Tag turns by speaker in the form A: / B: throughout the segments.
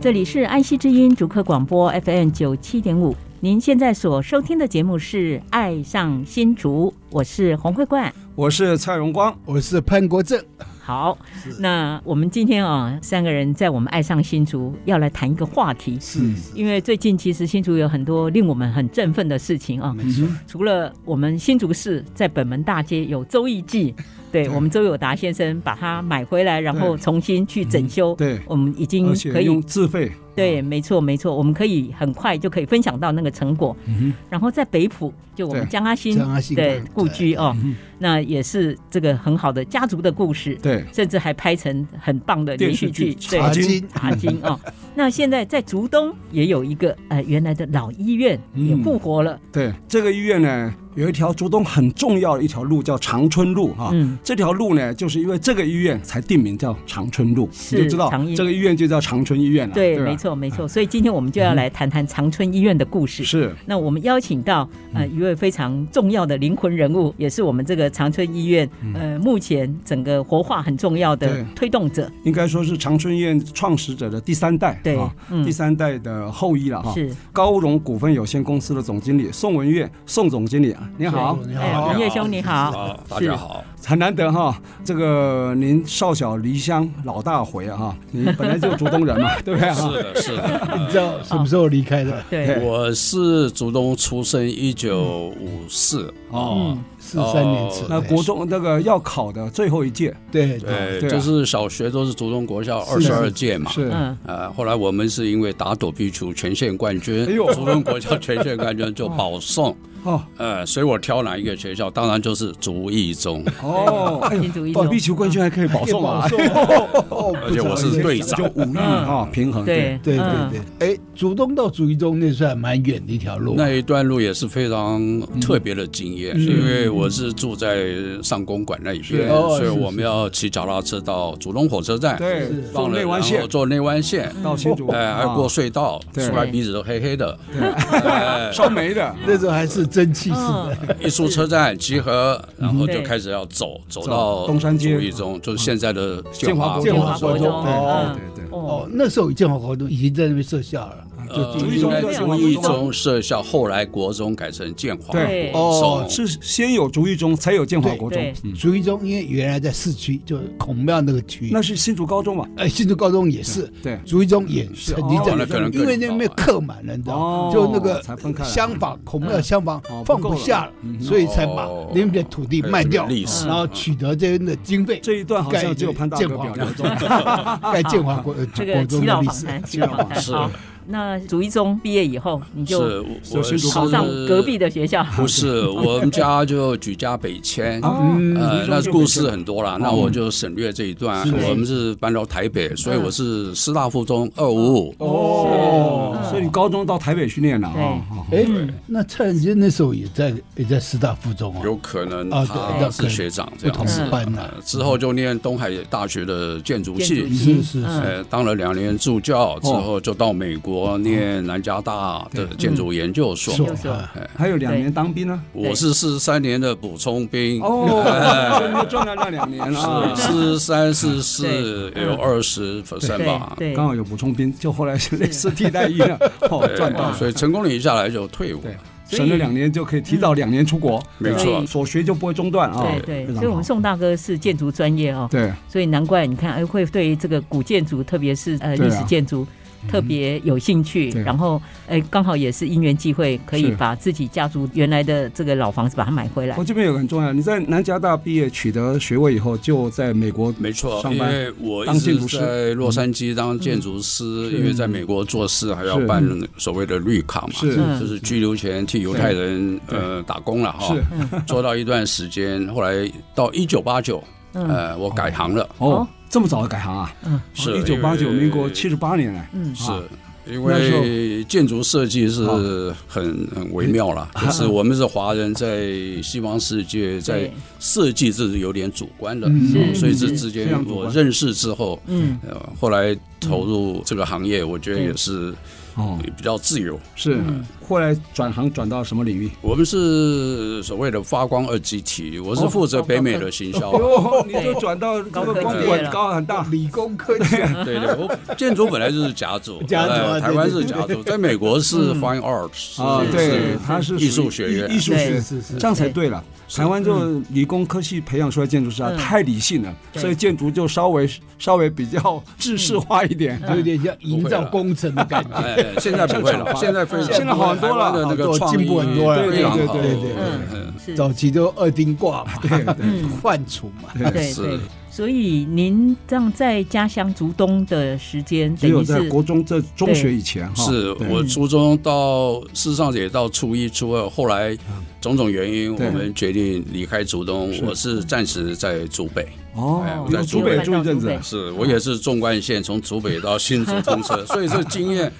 A: 这里是爱惜之音主客广播 FM 九七点五，您现在所收听的节目是《爱上新竹》，我是洪慧冠。
B: 我是蔡荣光，
C: 我是潘国正，
A: 好，那我们今天啊、三个人在我们爱上新竹要来谈一个话题，
C: 是
A: 因为最近其实新竹有很多令我们很振奋的事情啊、
B: 嗯
C: 没错，
A: 除了我们新竹市在本门大街有周易记，对我们周友达先生把它买回来，然后
B: 对嗯
A: 重新去整修，
B: 对
A: 我们已经
B: 而
A: 可
B: 且
A: 以
B: 用自费，
A: 对，没错，没错，我们可以很快就可以分享到那个成果。然后在北浦，就我们
B: 嗯对
A: 江阿新
C: 江阿新
A: 的
C: 馆
A: 故居哦
B: 嗯，
A: 那也是这个很好的家族的故事，
B: 对，
A: 甚至还拍成很棒的连
B: 电
A: 续
B: 视
A: 剧
B: 剧，
A: 对，
B: 茶
C: 茶
B: 金
C: 金
A: 塔金 哦。那现在在竹东也有一个呃原来的老医院也复活了，
B: 对，这个医院呢，有一条竹东很重要的一条路叫长春路啊。
A: 嗯
B: 这条路呢，就是因为这个医院才定名叫长春路，
A: 是
B: 你就知道
A: 长医
B: 这个医院就叫长春医院了。
A: 对，
B: 吧
A: 没，错，没错。所以今天我们就要来谈谈长春医院的故事。
B: 是
A: 那我们邀请到呃一位非常重要的灵魂人物，也是我们这个长春医院呃目前整个活化很重要的
B: 对
A: 推动者。
B: 应该说是长春医院创始者的第三代，
A: 对
B: 啊，
A: 嗯
B: 第三代的后裔了哈。
A: 是，
B: 高荣股份有限公司的总经理宋文月，宋总经理啊，您好，
C: 你
A: 哎，
C: 好
A: 文月兄你好，
D: 啊，大家好，
B: 很难得哈，这个您少小离乡老大回啊哈，你本来就竹东人嘛，对不对啊
D: 是
B: 哈？
D: 的，是的。
C: 你知道什么时候离开的？
A: 对，
D: 我是竹东出生，一九五四，
A: 嗯
B: 哦，
C: 四三年次，
B: 那国中那个要考的最后一届，
C: 对
D: 对，
B: 对啊
D: 哎就是小学都是竹东国校二
C: 是
D: 十
C: 的
D: 二届嘛。
B: 是
A: 嗯，
D: 呃，后来我们是因为打躲避球全县冠军，
B: 哎呦
D: 竹东国校全县冠军就保送。
B: 哦
D: 呃，所以我挑哪一个学校，当然就是竹一中，
B: 哦，哎
A: 新竹一
B: 呦，
A: 中
B: 短壁球冠军还可以保送啊，
C: 而
D: 而且我是队长
B: 就。五亿啊，平衡
A: 对，
C: 哦对
A: 嗯
C: 对对，哎，竹东到竹一中那算蛮远的一条路，
D: 那一段路也是非常特别的经验，因为我是住在上公馆那一边，
B: 嗯是
C: 哦
D: 所以
C: 是
D: 我们要骑脚踏车到竹东火车站，
B: 对
C: 是，
B: 走
D: 放了
B: 内湾
D: 然
B: 线
D: 后坐内湾线，
B: 到新竹，
D: 哎，还过
B: 啊
D: 隧道，
B: 对
D: 出来鼻子都黑黑的。哎
B: 烧煤的，
C: 那时候还是蒸汽式的，
A: 嗯，
D: 一出车站集合，然后就
A: 对
D: 开始要走，走
B: 走
D: 到
B: 东山街
D: 竹一中，就是现在的
B: 建华国
C: 建
A: 华
C: 华
A: 国
C: 国
A: 中，
C: 中
A: 嗯
B: 对对
A: 哦
B: 对，
C: 哦，，那时候建华活动已经在那边设校了，
D: 呃，
B: 竹一
D: 应
B: 中
D: 该
B: 对
D: 竹
B: 建
D: 一
B: 华国中
D: 中设校，后来国中改成建华
B: 对
D: 国
C: 哦
D: 中，
B: 是先有竹一中，才有建华国中
A: 对，
B: 嗯
C: 竹一中因为原来在市区，就孔庙那个区，
B: 那是新竹高中嘛，
C: 哎，新竹高中也是，
B: 对，
C: 竹一中也
B: 是
C: 曾经
B: 哦
D: 那可
C: 在
D: 能，更
C: 因为那边客满了，你知道吗
B: 哦？
C: 就那个
B: 才分开来
C: 厢房，孔庙厢房
B: 哦
C: 放
B: 不够
C: 不
B: 了
C: 下了
B: 嗯，
C: 所以才把
D: 哦
C: 那边的土地卖掉
D: 还有这个历史，
C: 然后取得这边的经费，
B: 这一段好像只有潘大哥表扬中，
C: 盖建华国呃
A: 这
C: 国
A: 个
C: 中
A: 祈
C: 的
A: 祷哎
C: 历
A: 访
C: 史。
A: 谈，祈祷访谈，
D: 是
A: 好。那竹一中毕业以后，你
D: 是
A: 就
D: 我
B: 是
D: 是
A: 考上隔壁的学校，
D: 不是，我们家就举家北迁。
B: 嗯
D: 呃，那故事很多啦，那
B: 嗯
D: 我就省略这一段
C: 是。
D: 我们是搬到台北，所以我是师大附中二五五。
B: 哦
A: 是，
B: 所以你高中到台北训练了
A: 对
B: 啊，哦
C: 哎，那蔡仁坚那时候也在也在师大附中啊，
D: 有可能
C: 啊对
D: 他
C: 那
D: 是学长这
C: 不
D: 样
C: 同
D: 子。
C: 班呐
D: 呃，之后就念东海大学的建筑
A: 建筑
D: 系，
C: 是是
A: 嗯
C: 是，
D: 呃，当了两年助教，之后就到美国念南加大的建筑研究所。
A: 就说
C: 哎
B: 还有两年当兵呢，
D: 我是四十三年的补充兵，哎
B: 哦，所以你赚了那两年了，
D: 四十三、四十四
A: 对
D: 有二十 percent 吧。
A: 对，对
B: 刚好有补充兵，就后来是类似替代役了，哦，
D: 对啊
B: 赚到了，
D: 所以成功领下来就退伍了
B: 对。省了两年就可以提早两年出国，
D: 没错
B: 对吧所学就不会中断啊，
A: 对对，
B: 非常好
A: 所以我们宋大哥是建筑专业哦，
B: 对
A: 所以难怪你看，哎，会对这个古建筑，特别是呃
B: 对啊
A: 历史建筑。特别有兴趣，
B: 对
A: 然后哎，刚好也是因缘际会，可以
B: 是
A: 把自己家族原来的这个老房子把它买回来
B: 我、。这边有个很重要，你在南加大毕业取得学位以后，就在美国
D: 没错，
B: 上
D: 因
B: 班
D: 为我
B: 当
D: 一
B: 建
D: 直
B: 筑师嗯
D: 在洛杉矶当建筑师，因为在美国做事还要
B: 是
D: 办所谓的绿卡嘛，
B: 是
A: 嗯
D: 就是居留权替犹太人
B: 对
D: 呃打工了哈
B: 是，
D: 做到一段时间，后来到一九八九，
A: 嗯
D: 呃，我改行了，
B: 哦
A: 哦，
B: 这么早改行啊？
A: 嗯
D: 是
B: 一九八九，
D: 因为
B: 民国七十八年哎，
A: 嗯
D: 是。因
B: 那时候
D: 为建筑设计是
B: 哦
D: 很很微妙啦，
B: 啊
D: 就是我们是华人，在西方世界，在
A: 对
D: 设计这是有点主观的，啊
A: 是
B: 嗯
D: 所以这
A: 是
D: 之
B: 非
D: 间
B: 常主观嗯
D: 我认识之后，
A: 嗯
D: 呃，后来投入这个行业，我觉得也是
B: 哦，
D: 比较自由。
B: 是
A: 嗯，
B: 后来转行转到什么领域？
D: 我们是所谓的发光二极体，我
B: 哦
D: 是负责北美的行销。
B: 哟，你
A: 对
B: 就转到这
A: 高
B: 个
A: 科
B: 光
D: 技
B: 管
A: 了
B: 高很大，
C: 理工科技，
D: 啊对对， 我建筑本来就是甲组，
C: 甲组啊对对
D: 呃台湾是甲组，在美国是
A: 嗯
D: Fine Arts
B: 啊
D: 是，
B: 对
A: 是，
B: 他是
D: 艺
B: 属于
D: 术学院
B: 艺艺术学
A: 对
C: 是是是
B: 这，样才对了。台湾就理工科系培养出来建筑师啊，
A: 嗯
B: 太理性了，
A: 对
B: 所以建筑就稍微稍微比较制式化一点。嗯
C: 有点像营造工程的感觉。
D: 哎，哎现在不会了，现在非常
B: 现在好很多了
D: 台湾的那
C: 好
D: 个
C: 多
D: 创意
C: 进步很多了
D: 非常好
B: 对对对
C: 对
A: 嗯
D: 嗯
A: 是
C: 早期都二丁挂嘛，对
A: 嗯
C: 换厨嘛，
A: 对
D: 是
A: 对，所以您这样在家乡竹东的时间，
B: 只
A: 等
B: 有
A: 于
B: 在
A: 是
B: 国中这中学以前哈，
D: 是
B: 对
D: 我初中到，事实上也到初一、初二，后来种种原因，
B: 对
D: 我们决定离开竹东。我是暂时在竹北，哎
B: 哦
D: 我，
B: 你
D: 在
B: 们
D: 竹
B: 竹
D: 北
B: 北住一阵子啊
A: 搬到竹北，
D: 是我也是纵贯线从竹北到新竹通车，所以这经验。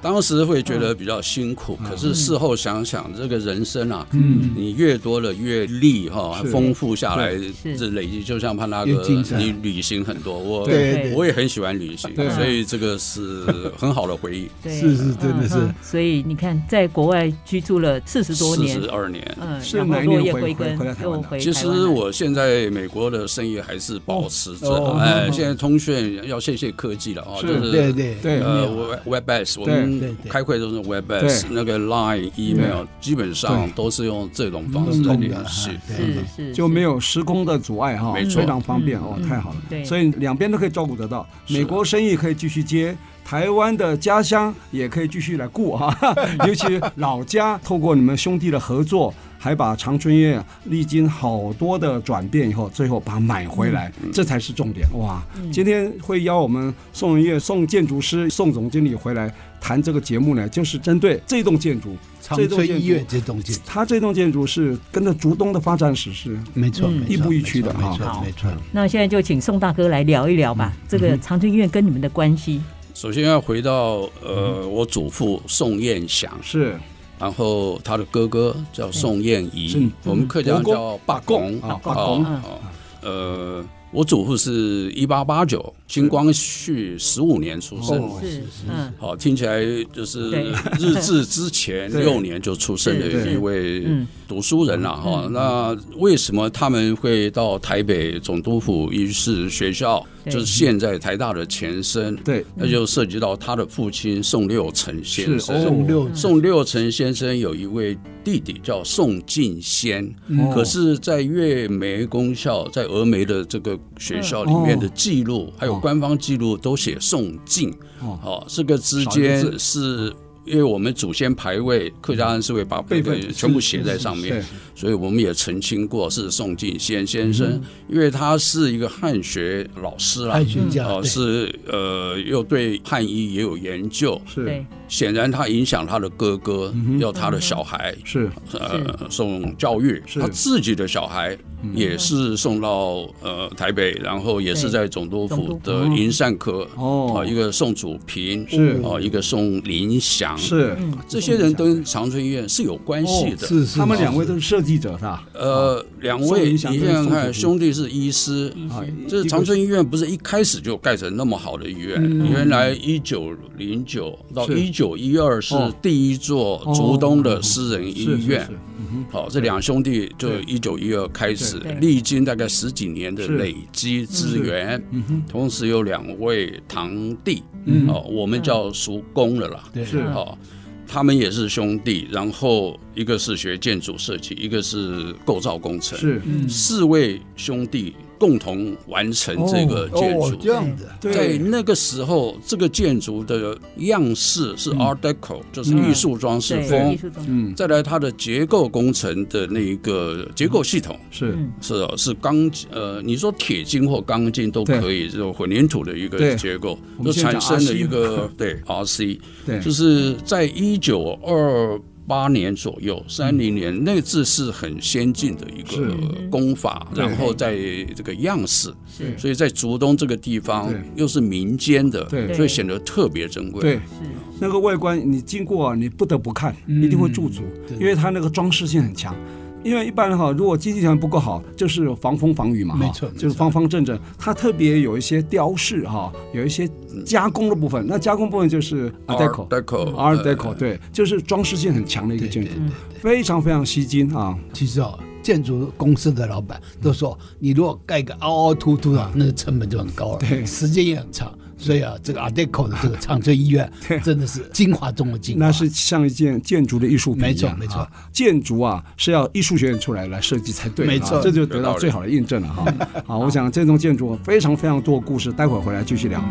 D: 当时会觉得比较辛苦，可是事后想想，这个人生啊，
B: 嗯
D: 你越多的阅历哈，
B: 是
D: 丰富下来，
A: 是
D: 这累积就像潘大
C: 越
D: 哥
C: 精，彩
D: 你旅行很多，我
C: 对
A: 对
D: 我也很喜欢旅行
B: 对，
D: 所以这个是很好的回忆。
A: 对
C: 是是真的是
A: 嗯哼所以你看，在国外居住了四十多年
D: 四十，二年。
A: 嗯，
B: 是
A: 然后
B: 哪一
A: 落
B: 年
A: 叶
B: 回
A: 归
B: 回
A: 根
B: 回来台
A: 又
B: 湾的啊
A: 回台湾来。啊
D: 其实我现在美国的生意还是保持着，
B: 哦哦
D: 哎，
B: 哦
D: 现在通讯要谢谢科技了啊，
B: 是
D: 就是
C: 对对啊
B: 对
D: 呃，Web Webex，我
C: 对嗯
D: 们
C: 对
D: 开会都是 Webex，
B: 对嗯
D: 那个 Line、Email 基本上都是用这种方式来
C: 弄
D: 联
C: 的
D: 系。
A: 是是
B: 就没有时空的阻碍哈，
D: 没错
B: 非常方便
A: 嗯
B: 哦
A: 嗯，
B: 太好了。
A: 对
B: 所以两边都可以照顾得到，
D: 是
B: 美国生意可以继续接，台湾的家乡也可以继续来 顾哈。尤其老家，透过你们兄弟的合作，还把长春院历经好多的转变以后，最后把它买回来，
A: 嗯
B: 这才是重点哇！今天会邀我们宋文月、宋建筑师、宋总经理回来谈这个节目呢，就是针对这栋建筑，
C: 长
B: 这栋
C: 春
B: 建
C: 医
B: 筑
C: 院。这栋建筑，
B: 它这栋建筑是跟着竹东的发展史是
C: 没错，
A: 嗯
C: 没错
B: 亦步亦趋的
C: 没
A: 哈
C: 错没错，没错
A: 那现在就请宋大哥来聊一聊吧，
B: 嗯
A: 这个长春医院跟你们的关系。
D: 首先要回到呃，
B: 嗯
D: 我祖父宋彦祥，
B: 是
D: 然后他的哥哥叫宋彦
B: 是
D: 仪，我们客家人叫八公
B: 啊
A: 八
B: 八
A: 公
B: 公
D: 哦
C: 嗯
D: 哦呃，我祖父是一八八九金光绪十五年出生
B: 哦
D: 的。
A: 是嗯
D: 好，听起来就是
A: 对
D: 日治之前
B: 对
D: 六年就出生的
B: 是对嗯
D: 一位
A: 嗯
D: 读书人了哈。那为什么他们会到台北总督府医事学校，
A: 对
D: 就是现在台大的前身？
B: 对，
D: 那就涉及到他的父亲宋六成先
B: 是
D: 生。
B: 哦
C: 宋六
D: 宋六成先生有一位弟弟叫宋敬先，
B: 嗯
D: 可是，在粤梅公校，在峨眉的这个学校里面的
B: 嗯
D: 记录，还有官方记录都写宋敬，
B: 哦
D: 哦，这个之
B: 少一个
D: 间是。因为我们祖先牌位，客家人是会把辈
B: 辈
D: 分
B: 分
D: 全部写在上面
B: 是是，
D: 所以我们也澄清过是宋敬先先
B: 嗯
D: 生，因为他是一个汉学老师啦
C: 汉，学家
D: 哦，
C: 对
D: 是呃，又对汉医也有研究，
B: 是
A: 对，
D: 显然他影响他的哥哥，
B: 嗯
D: 要他的小孩，
B: 是
D: 呃，送教育，
B: 是嗯
D: 他自己的小孩也是送到呃台北，然后也是在总督府的营善科，
B: 哦
D: 啊一个宋祖平
B: 是
D: 啊，一个宋林祥，
B: 是，
A: 嗯
D: 这些人跟长春医院是有关系的，
C: 是是，
B: 嗯他们两位
C: 是
B: 都是设计者是吧？
D: 呃，两
B: 宋
D: 位
B: 林
D: 你
B: 祥
D: 想
B: 跟
D: 想
B: 宋祖
D: 看，
B: 平
D: 兄弟是医师，
B: 啊，
D: 嗯这长春医院不是一开始就盖成那么好的医院，原来一九零九到
B: 嗯是
D: 一九一二是
B: 哦
D: 第一座竹东的私人医院。
B: 是是是嗯
D: 好，这两兄弟就
B: 对
D: 一九一二开始
A: 对，
D: 历经大概十几年的
B: 是嗯
D: 累积资源，同时有两位堂弟，
B: 嗯
D: 哦，我们叫叔公了啦，
C: 对
B: 是
D: 哦，
B: 嗯
D: 他们也是兄弟，然后一
A: 嗯
B: 嗯
D: 个是学建筑设计，一个是构造工程，
B: 是
D: 四位兄弟共同完成这个建
C: 哦
D: 筑，。
C: 这样子，
D: 在
B: 对，
D: 那个时候，这个建筑的样式是 Art Deco，、就是
A: 嗯
D: 艺术装饰
A: 对，
D: 风
A: 艺。术中
B: 嗯，
D: 再来，它的结构工程的那个结构系统
B: 是
A: 嗯
D: 是哦是钢呃，你说铁筋或钢筋都
B: 对
D: 可以，这种混凝土的一
B: 对
D: 个结构
B: 我，们
D: 就
B: 现在讲
D: 产生了
B: RC
D: 一个对 RC，
B: 对，
D: 就是在一九二八年左右，三零年那这是很先进的一
B: 嗯是
D: 个工法，
B: 对
D: 然后在这个样式，
A: 是
D: 所以在竹东这个地方
B: 对
D: 又是民间的，
B: 对
D: 所以显得特别珍贵。
B: 对，
A: 是
B: 那个外观你经过啊，你不得不看，
C: 嗯
B: 一定会驻足，
C: 对
B: 因为它那个装饰性很强。因为一般哈，如果经济条件不够好，就是防风防雨嘛，哈
C: 没错
B: 就
C: 没
B: 是
C: 错
B: 方方正正。它特别有一些雕饰哈，有一些加工的部分。那加工部分就是 Art Deco。
D: Deco
B: Art Deco 对，就是装饰性很强的一个
C: 对
B: 建
C: 对
B: 筑，
C: 嗯对。
B: 非常非常吸睛啊！
C: 其实哦，建筑公司的老板都说，你如果盖一个凹凹凸凸的，那个成本就很高了，
B: 对
C: 时间也很长。所以啊，这个 Art Deco 的这个长春医院啊真的是精华中的精华。
B: 那是像一件建筑的艺术品一样
C: 没错没错
B: 啊建筑啊是要艺术学院出来来设计才对的啊，
C: 没错
B: 这就得到最好的印证了 哈。好，我想这栋建筑非常非常多的故事，待会儿回来继续聊。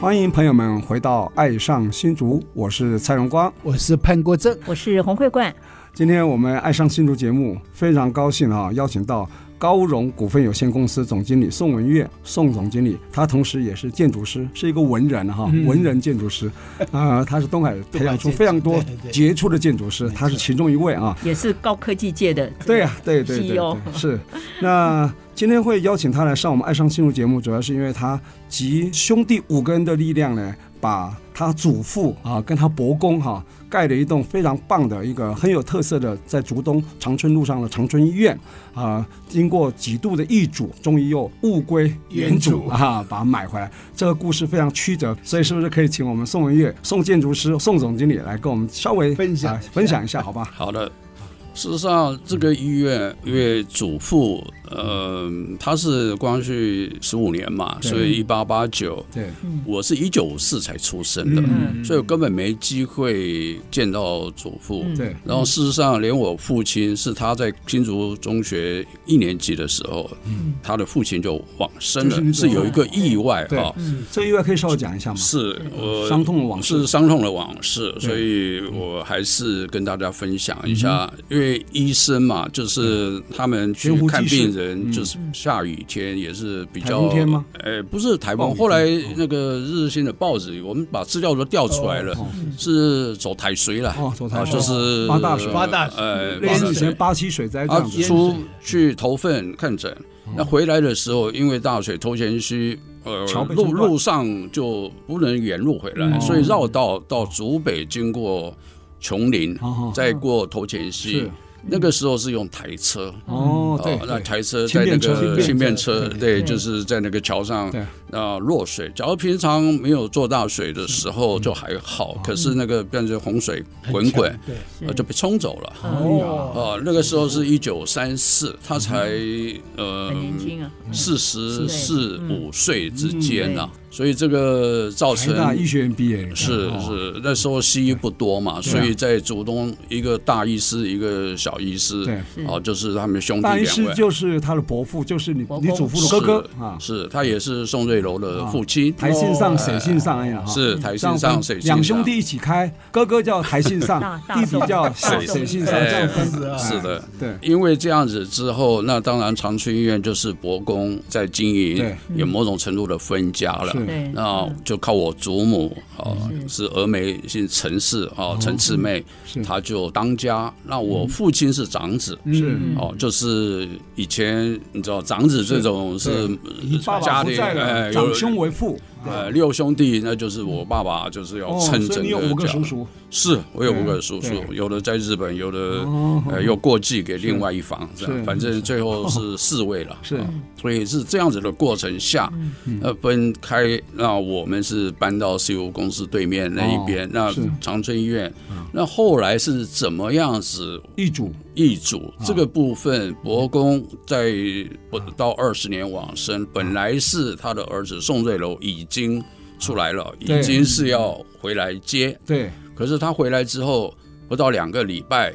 B: 欢迎朋友们回到《爱上新竹》，我是蔡荣光。
C: 我是潘国正，
A: 我是洪慧冠，
B: 今天我们《爱上新竹》节目非常高兴啊，邀请到高荣股份有限公司总经理宋文月，宋总经理，他同时也是建筑师，是一个文人哈、
C: 嗯
B: 文人建筑师啊、他是东 海培养出非常多
C: 东海建筑对对对
B: 杰出的建筑师，他是其中一位啊。
A: 也是高科技界的，
B: 对啊，对对对
A: 是哦
B: 对是。 那今天会邀请他来上我们《爱上新竹》节目，主要是因为他集兄弟五个人的力量呢，把他祖父啊跟他伯公哈、盖了一栋非常棒的一个很有特色的，在竹东长春路上的长春医院啊，经过几度的易主，终于又物归原主
C: 原主
B: 啊，把它买回来。这个故事非常曲折，所以是不是可以请我们宋文月、宋建筑师、宋总经理来跟我们稍微
C: 分享
B: 啊分享一下，好吧？
D: 好的。事实上，这个医院因为祖父，呃，他是光绪十五年嘛，
B: 对嗯
D: 所以一八八九，
B: 对，
D: 我是一九五四才出生的，
A: 嗯
D: 所以我根本没机会见到祖父。
A: 嗯
B: 对，
D: 然后事实上，连我父亲是他在新竹中学一年级的时候，他的父亲就往生
B: 嗯就是那
D: 了，
B: 种
D: 是有一个意外
B: 对嗯
D: 哈，
B: 这个意外可以稍微讲一下吗？
D: 是我
B: 嗯伤痛的往事
D: 是伤痛的往事，
B: 对
D: 所以我还是跟大家分享一下，
B: 嗯
D: 因为医生嘛，就是他们去
B: 悬壶济
D: 看
B: 世
D: 病人，就是下雨天也是比
B: 嗯台
D: 较
B: 风天吗？
D: 呃，不是台
B: 暴雨
D: 风，
B: 天
D: 后来那个日新的报纸，我们把资料都调出来了
B: 哦，
D: 是走台水了，
B: 哦走台
D: 啊
B: 水
D: 就是
B: 发大水
C: 发大水
D: 呃，
B: 类
D: 发
B: 似
D: 大
B: 以前
D: 水。
B: 巴西水灾这
D: 啊
B: 样，子，嗯
D: 出去投粪看诊，那回来的时候因为大水头前溪，呃
B: 桥，被
D: 路
B: 冲断
D: 路上就不能原路回来，
B: 嗯
D: 所以绕道到竹北，经过琼林，
B: 哦
D: 再过头前溪
B: 是。
D: 那个时候是用台车，
B: 哦，对，
D: 那
B: 对
D: 台车
B: 轻
D: 在那
B: 便车
D: 个
B: 轻
C: 便
D: 轻便
C: 车
D: 车，
C: 对
D: 对，
A: 对
D: 就是在那个桥上
B: 对
D: 啊落水。假如平常没有做大水的时候
B: 嗯
D: 就还好，
B: 哦
D: 可是那个变成洪水滚滚，
C: 对，
A: 嗯
D: 呃就被冲走了。
A: 哦，
D: 哦，那个时候是一九三四，他才
B: 嗯
D: 呃
B: 哎
A: 很年轻啊，
D: 四十四
A: 嗯
D: 五岁之间呐、所以这个造
B: 台
D: 成
B: 嗯大医学院毕业，
D: 是
B: 哦，啊
D: 是那时候西医不多嘛，所以在竹东一个大医师一个小医师
B: 对，
D: 哦，就是他们兄弟
B: 大医
D: 两
B: 师
D: 位。
B: 就是他的伯父，就是你
A: 伯公
B: 你祖父的哥哥
D: 是
B: 啊，
D: 是他也是宋瑞楼的父亲，哦
B: 台信上、水信上哎呀，哈
D: 是台
B: 这样
D: 信上水
B: 分
D: 信上
B: 两兄弟一起开，哥哥叫台信上
A: 大，大
B: 弟弟叫
A: 宋
B: 水信上，
D: 哎
B: 这样分
C: 是啊
D: 是的，
B: 对
D: 因为这样子之后，那当然长春医院就是伯公在经营
B: 对，
D: 有某种程度的分家了。
B: 是嗯
A: 对，
D: 那就靠我祖母哦，是峨眉姓陈氏哦，陈氏妹
B: 是，嗯
D: 她就当家。那我父亲是长子。
B: 是。
D: 哦，就是以前你知道长子这种是
C: 对
D: 呃
B: 爸爸
D: 家
B: 不
D: 里
B: 在了，
D: 哎
B: 长
D: 有
B: 兄为父，
D: 呃，六兄弟那就是我爸爸，就是要
B: 哦，
D: 撑
B: 所
D: 整
B: 以你有五个
D: 个家
B: 叔。叔，
D: 是我有五个叔叔
B: 对，
D: 有的在日本，有的
B: 哦
D: 呃又过继给另外一方，这
B: 是哦
D: 样，反正最后是四位了。
B: 是
D: 啊所以是这样子的过程下，
B: 嗯
D: 呃，分开，那我们是搬到 CU 公司对面那一边，那
B: 哦是嗯
D: 长春医院，那后来是怎么样子
B: 一组
D: 易主这
B: 啊
D: 个部
B: 嗯
D: 分，伯公在不到二十年往生，
B: 啊
D: 本来是他的儿子宋瑞楼已经出来了，已
B: 对
D: 经是要回来接，
B: 对，
D: 可是他回来之后不到两个礼拜，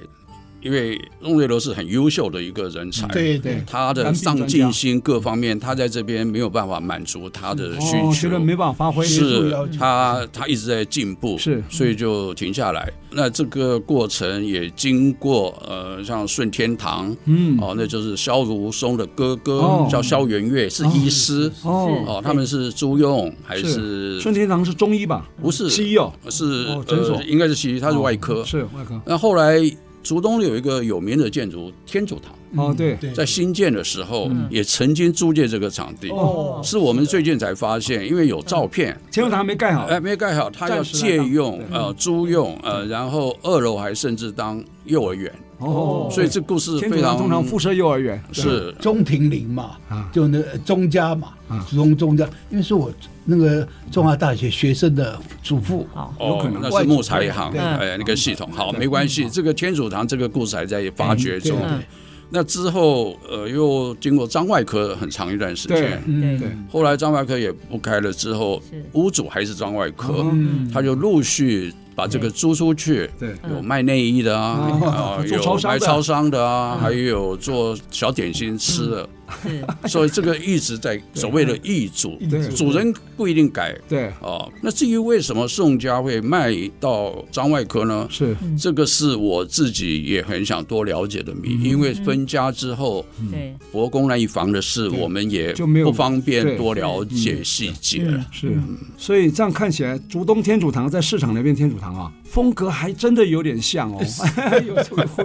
D: 因为宋瑞楼是很优秀的一个人
B: 嗯
D: 才，
C: 对对，
D: 他的上进心各方面，他在这边没有办法满足他的需
B: 哦，觉
D: 求
B: 得。没办法发挥，
D: 是
C: 要求
D: 他，他一直在进步，
B: 是
D: 所以就停下来。那这个过程也经过呃，像顺天堂，
B: 嗯，
D: 哦，那就是萧如松的哥哥、
B: 哦
D: 叫萧元月，是医师。
B: 哦，
D: 哦，他们是租用还是
B: 顺天堂是中医吧？
D: 不是
B: 西医哦，
D: 是
B: 哦诊所
D: 呃应该是西医，他是外科。
B: 是外科，
D: 那后来竹东有一个有名的建筑天主堂，
B: 哦，对，
C: 嗯对，
D: 在新建的时候也曾经租借这个场地，
B: 嗯哦，
D: 是我们最近才发现，因为有照片，
B: 天主堂还没盖好，
D: 哎，没盖好，他要
B: 嗯暂时
D: 借
B: 来当嗯
D: 用
B: 对
D: 呃租用呃，然后二楼还甚至当幼儿园，
B: 哦，
D: 所以这故事
B: 天主
D: 非
B: 堂
D: 常
B: 通常附设幼儿园，
D: 是
C: 钟庭林嘛
B: 啊，
C: 就那个钟家嘛
B: 啊，
C: 钟钟家，因为是我那个中华大学学生的祖父，
B: 有可
D: 哦
B: 能，
D: 那是木材行，
C: 对
B: 嗯
D: 哎，那个系统好，没关系。这个天主堂这个故事还在发掘中
C: 嗯。
D: 那之后，呃，又经过张外科很长一段时
B: 对
D: 间，，
B: 嗯，
A: 对
B: 对，
D: 后来张外科也不开了，之后
A: 是
D: 屋主还是张外科，
B: 嗯，
D: 他就陆续把这个租出去。
B: 对，
D: 有卖内衣的啊，
B: 嗯
D: 啊
B: 做超
D: 有
B: 商
D: 卖
B: 的嗯
D: 超商的啊，还有做小点心吃的，
A: 是
D: 所以这个一直在所谓的易主
B: 对，
D: 主人不一定改
B: 对，
D: 哦。那至于为什么宋家会卖到张外科呢？
B: 是，
D: 这个是我自己也很想多了解的谜，
B: 嗯
D: 因为分家之后，
A: 对
D: 佛公那一房的事，
B: 对
D: 我们也
B: 就没有
D: 不方便
B: 对
D: 多了解细节
A: 嗯
D: 了。
B: 是，所以这样看起来，竹东天主堂在市场那边天主堂啊，风格还真的有点像 哦，有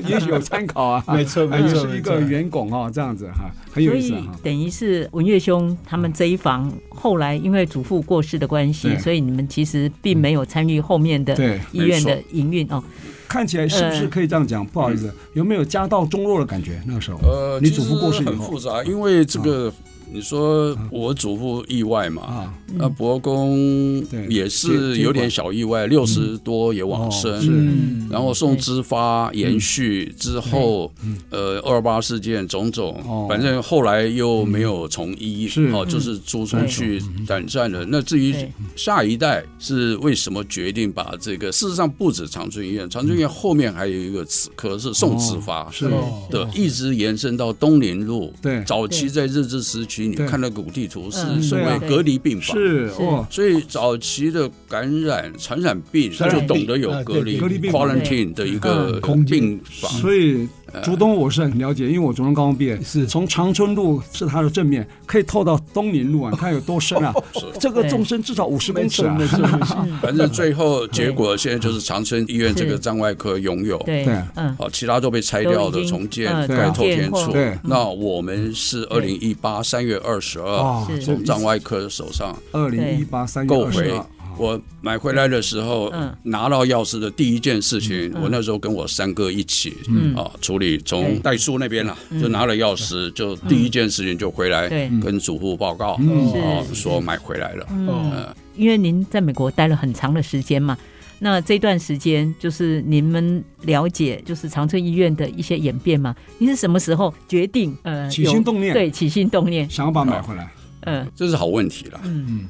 B: 也许有参考啊，
C: 没错
B: 哎
C: 没错
B: 是一
C: 没
B: 个
C: 错
B: 圆拱哦，这样子哈，很有
A: 所
B: 意思啊
A: 以
B: 哈。
A: 等于是文月兄他们这一房，后来因为祖父过世的关系，
B: 对
A: 所以你们其实并没有参与后面的
B: 对
A: 医院的
D: 没
A: 营运 哦。
B: 看起来是不是可以这样讲？不好意思，有没有家道中落的感觉？那个时候，
D: 呃，
B: 你祖父过世
D: 其
B: 以
D: 实很复
B: 后嗯
D: 杂，因为这个你说我祖父意外嘛，
B: 啊，
D: 那伯公
B: 对
D: 也是有点小意外，六十多也往
B: 嗯哦
D: 生。
C: 嗯
B: 是，
D: 然后宋之发延续之后，呃，二八事件种
B: 嗯哦嗯
D: 种，反正后来又没有从医，
B: 是
D: 哦，就是租出去
B: 嗯
D: 短暂的。那至于
A: 对
D: 下一代是为什么决定把这个，事实上不止长春医院，长春医院后面还有一个子科是宋之发，
B: 嗯是
C: 哦
D: 的，一直延伸到东林路。
B: 对
D: 早期在日治时期，你
B: 对
D: 看到古地图是
A: 嗯
D: 所谓
B: 对
A: 啊
D: 隔离病房。
B: 是哦，
D: 所以早期的感染传染病，他
C: 传
D: 就
C: 染病
D: 懂得有
C: 啊
D: 隔
C: 对
D: 离
B: 隔离病房
D: quarantine 的一个
C: 嗯空间
D: 病房。
B: 所以竹东我是很了解，因为我竹东高中毕业，
C: 是
B: 从长春路是它的正面，可以透到东宁路啊，你看有多深啊！
D: 哦
B: 这个纵深至少五十公尺啊！
A: 嗯
D: 反正最后结果现在就是长春医院这个张外科拥有，
A: 对
B: 对，
A: 嗯，
D: 好，其他都被拆掉
A: 都已经
D: 的重建
A: 呃，
D: 改
B: 重
D: 透
A: 建
D: 天
A: 或
D: 厝
B: 对。
D: 那我们是二零一八三月二十二
B: 啊，
A: 是
B: 所
D: 从
B: 以
D: 张外科手上
B: 二零一八三月
D: 购
B: 二十
D: 回
B: 二，。
D: 我买回来的时候
A: 嗯，
D: 拿到钥匙的第一件事情，我那时候跟我三哥一起
A: 嗯
D: 啊处理，从代叔那边啦，就拿了钥匙，就第一件事情就回来
A: 嗯对
D: 跟祖父报告，
B: 嗯
D: 啊
A: 是
D: 说买回来了。
A: 嗯，
B: 哦
D: 呃
A: 因为您在美国待了很长的时间嘛，那这段时间就是你们了解就是长春医院的一些演变嘛？你是什么时候决定呃
B: 起心
A: 有
B: 动念
A: 对，起心动念，
B: 想要把它买回来，
A: 嗯
D: 这是好问题啦。
A: 嗯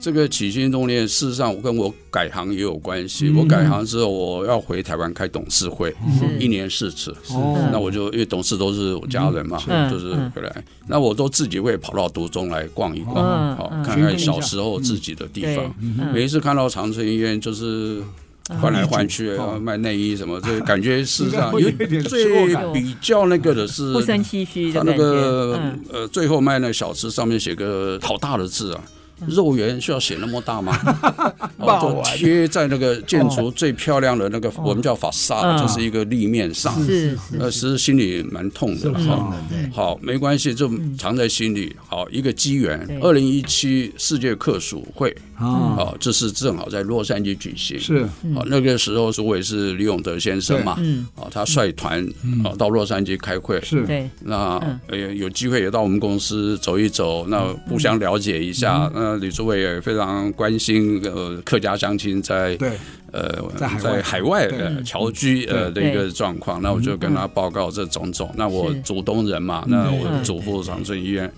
D: 这个起心动念，事实上我跟我改行也有关
A: 嗯
D: 系。我改行之后，我要回台湾开董事会，
A: 是
D: 一年四次。
B: 哦
D: 那我就因为董事都是我家人嘛，
A: 嗯
D: 就是
A: 嗯
D: 回来，那我都自己会跑到独中来逛一
A: 嗯
D: 逛，好
A: 嗯
D: 看看小时候自己的地
A: 对
D: 方。
A: 嗯
D: 每一次看到长春医院，就是换来换去，啊卖内衣什么，这感觉事实上
B: 哦 应该会有
D: 有
B: 一点失落
D: 最
B: 感
D: 比较那个的是
A: 不生唏嘘
D: 他
A: 的
D: 那
A: 感觉，
D: 个
A: 嗯
D: 呃，最后卖那小吃上面写个好大的字啊，
A: 嗯
D: 肉圆需要写那么 大吗？然后就贴在那个建筑最漂亮的那个，我们叫法
A: 嗯
D: 萨，就是一个立面上。
A: 是
D: 呃，
A: 是嗯
D: 其实心里蛮痛的
C: 是
D: 哈。
C: 的，对，
D: 好，没关系，就藏在心里。好，一个机缘
A: 对，嗯
D: 二零一七世界客属会，
B: 啊，
D: 好，这是正好在洛杉矶举行。
B: 是
D: 好，那个时候主委是李永德先生嘛，
A: 嗯
D: 啊，他率团啊到洛杉矶开会。
B: 是，
A: 对
D: 那呃有机会也到我们公司走一走，那互相了解一下。那李主委也非常关心呃客家乡亲在
B: 对，
D: 呃
B: 在海外
D: 在海外
B: 对
D: 呃侨居呃的
A: 嗯对嗯
D: 一个状况，那我就跟他报告这种种。那我
A: 是嗯
D: 竹东人嘛，那我祖父长春医院。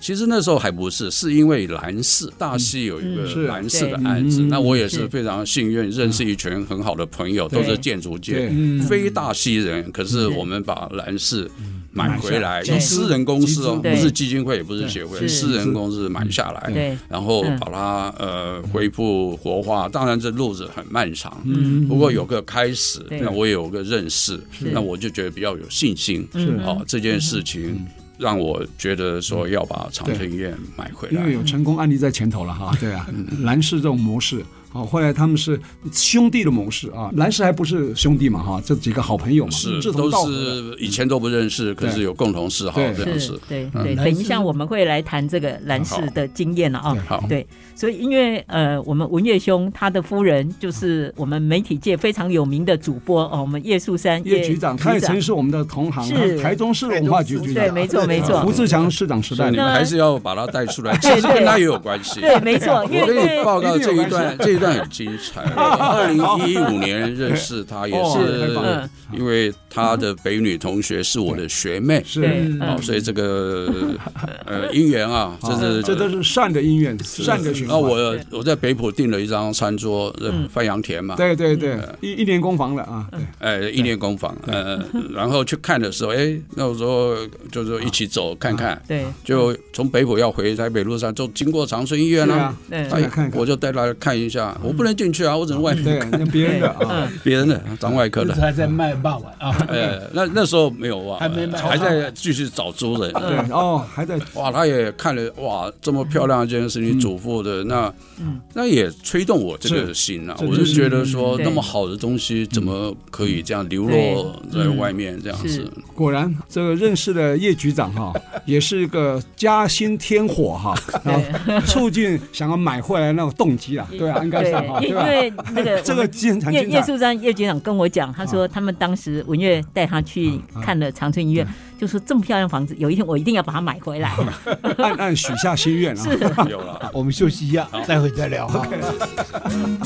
D: 其实那时候还不是，是因为蓝氏大溪有一
A: 嗯
D: 个
B: 是
D: 蓝氏的
A: 对
D: 案子，
B: 嗯
D: 那我也
A: 是嗯
D: 是非常幸运认识一群很好的朋友，都
A: 对嗯
D: 是建筑界
B: 对，
D: 非大溪人，可是
A: 是
D: 我们把蓝氏买回来，
A: 对
D: 用私人公司哦，
A: 对
D: 不是基金会，也不是协会，
A: 是
D: 私人公司买下来，
A: 对
D: 然后
A: 嗯
D: 把它呃恢复活化。当然这路子很漫长，不过有个开始，
A: 嗯对
D: 那我有个认识，
A: 是嗯
D: 那我就觉得比较有信心。
B: 是
D: 哦，这件事
B: 嗯
D: 情让我觉得说要把长春医院买回
B: 因为
D: 来。
B: 有成功案例在前头了哈。对啊，
D: 嗯
B: 蓝氏这种模式。哦，后来他们是兄弟的模式啊，蓝氏还不是兄弟嘛哈，这几个好朋友嘛，
D: 是，
B: 嗯志同
D: 都
B: 道合的
D: 是以前都不认识，可是有共同嗜好
B: 对
D: 这样
A: 是
D: 子。，
A: 对
D: 嗯
A: 对。
C: 蓝
A: 等一
C: 氏
A: 下我们会来谈这个蓝氏的经验了啊。
D: 好，
A: 对，所以因为呃，我们文月兄他的夫人就是我们媒体界非常有名的主播哦，我们叶树山
B: 叶局长，他也曾是我们的同行，
A: 是
B: 他是台中市文化局局长，
A: 对，没错没错
B: 胡，志强市长时
D: 所
B: 代
D: 以你
B: 里
D: 们
B: 面，
D: 还是要把它带出来，其
A: 对
D: 实跟他也有关系。
A: 对没错，因
D: 哦我跟
A: 为
D: 你报告这一段，
B: 因
D: 这一段很精 彩。二零一五年认识他也
B: 哦太棒
D: 是
A: 了
D: 因为他的北女同学是我的学妹，
B: 是啊
A: 对
D: 哦，
A: 嗯
D: 所以这个呃姻缘啊，这是
B: 哦这都是善的姻缘，善的循
D: 那
B: 环。
D: 我我在北浦订了一张餐桌，呃范阳田嘛，
B: 嗯对对对，
D: 嗯
B: 一一年工房了啊，
A: 嗯
B: 对，
D: 呃，一年工坊，呃，然后去看的时候，哎，那我说就是说一起
B: 啊
D: 走看看，
A: 对
D: 就从北浦要回台北路上，就经过长春医院
B: 对
D: 啦
B: 啊。，
A: 对
D: 哎
B: 进来看看
D: 我就带他看一下，我不能进去啊，我只能外面
B: 对， 那别人的啊，
A: 嗯
D: 别人的张外科
C: 那时候
D: 的。
C: 还在卖霸王啊，
D: 呃，那那时候没有啊，
C: 还没嗯买
D: 还在继续找租人。
B: 对，
A: 嗯
B: 哦，还在
D: 哇，他也看了哇，这么漂亮一件事
C: 嗯
D: 情，祖父的那，那也催动我这个心啊。
B: 是
C: 嗯
D: 我就觉得说，
A: 对
D: 那么好的东西怎么可以这样流落在外面这样
A: 是
D: 子？
B: 果然，这个认识的叶局长 哈、也是个家心添火哈、然后促进想要买回来那种动机啊，对啊，应该是哈、
A: 对，
B: 对
A: 因
B: 吧？
A: 为那个
B: 这
A: 我
B: 个
A: 们
B: 经常
A: 叶
B: 经
A: 叶
B: 常
A: 树山叶局长跟我讲，他说他们当时文月带他去看了长春医院，就说这么漂亮房子，有一天我一定要把它买回来。
B: 暗暗许下心 愿啊。
D: 有了。
C: 我们休息一下，待会再聊哈。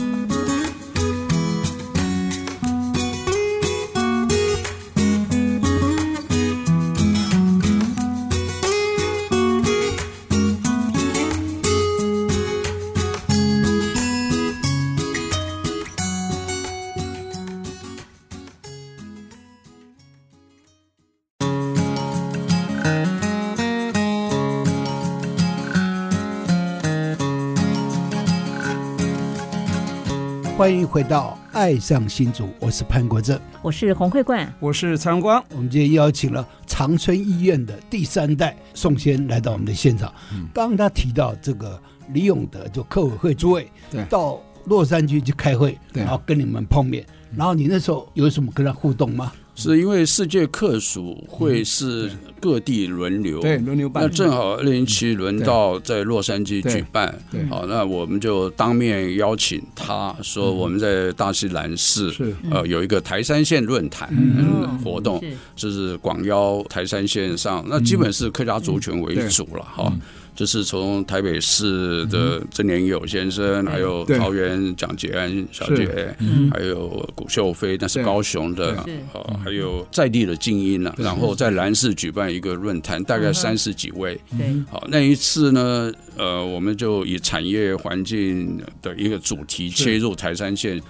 C: 欢迎回到《爱上新竹》，我是潘国正。
A: 我是洪慧冠，
B: 我是蔡荣光，
C: 我们今天邀请了长春医院的第三代宋先来到我们的现场。刚刚他提到这个李永德，就客委会主委，
B: 对
C: 到洛杉矶去开会，
B: 对
C: 然后跟你们碰面。然后你那时候有什么跟他互动吗？
D: 是因为世界客属
C: 嗯
D: 会是各地轮流，
B: 对，轮流办
D: 那，正好二零一七轮到在洛杉矶举办
B: 对对，
D: 好，那我们就当面邀请他说我们在大西兰市
B: 是
D: 呃有一个台山县论坛
A: 嗯
D: 嗯活动
A: 是，
D: 就是广邀台山县上，
B: 嗯
D: 那基本是客家族群为主了哈。就是从台北市的郑连友先生，还有
B: 嗯对
D: 桃园蒋捷安小姐，还有谷秀飞，那是
B: 对
D: 高雄的
A: 对是，
D: 呃，还有在地的精英呢、然后在兰市举办一个论坛，大概三十几位。
A: 对
D: 好，那一次呢，呃，我们就以产业环境的一个主题切入台山县。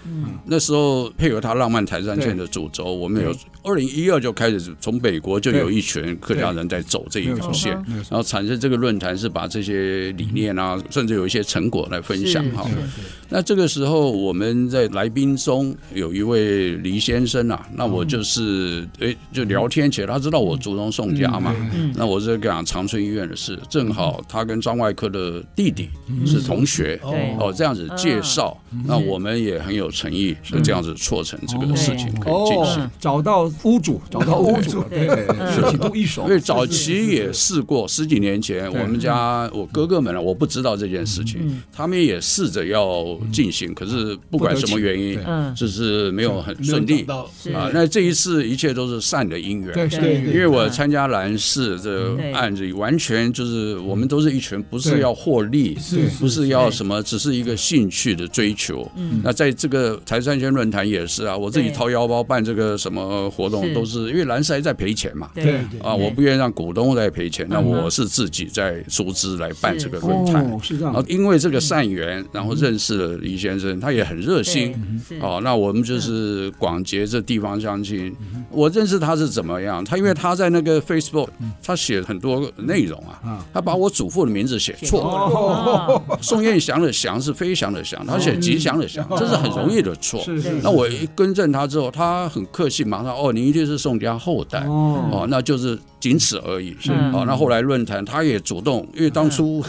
D: 那时候配合他浪漫台山县的主轴，我们有二零一二就开始从美国就有一群客家人在走这一条线，
B: 没有
D: 然后产生这个论坛是把这些理念啊，甚至有一些成果来分享
A: 是
D: 哈。
A: 是
D: 那这个时候，我们在来宾中有一位黎先生啊，那我就是诶，就聊天起来，他知道我祖宗宋家嘛，那我就讲长春医院的事，正好他跟张外科的的弟弟是同学，
A: 对
D: 哦，这样子介绍，那我们也很有诚意，就这样子促成这个事情可以进行。
B: 哦，找到屋 主，找到屋主，
A: 对
B: 对，
D: 是
B: 是都一手
D: 因，为早期也试过，十几年前
B: 对嗯
D: 我们家我哥哥们啊呢，我不知道这件事情，他们也试着要进行，可是不管什么原因
B: 不得，
A: 其嗯
D: 就是没有很顺
C: 没有
D: 利
C: 找到
A: 是
D: 啊。那这一次一切都是善的因
B: 对
D: 缘。
B: 对
A: 对
B: 对，
D: 因为我参加蓝氏这
A: 对
D: 案子，完全就是我们都是一群，不是
B: 对
D: 要获利，
B: 是
D: 不是要什么，只是一个兴趣的追求。那在这个台山圈论坛也是啊，我自己
A: 嗯对
D: 掏腰包办这个什么活
A: 是
D: 动，都是因为蓝氏还在赔钱嘛。
A: 对
C: 对
D: 啊，
A: 对
D: 我不愿意让股东来赔钱，那
A: 嗯哼
D: 我是自己在出资来办这个论坛。
B: 哦，是这
D: 然后
B: 样，
D: 因为这个善缘，然后认识了黎先生，他也很热心。
B: 嗯
A: 是
D: 哦，那我们就是广结这地方乡亲。我认识他是怎么样？他因为他在那个 Facebook，他写很多内容啊
B: 啊，
D: 他把我祖父的名字写错，
A: 哦，
D: 宋彦祥的祥是飞翔的翔，他写吉祥的祥，这是很容易的错。
B: 是是，
D: 那我一更正他之后，他很客气，马上哦，你一定是宋家后代。
B: 哦，
D: 哦，那就是仅此而已。
B: 是
D: 哦，那后来论坛他也主动，因为当初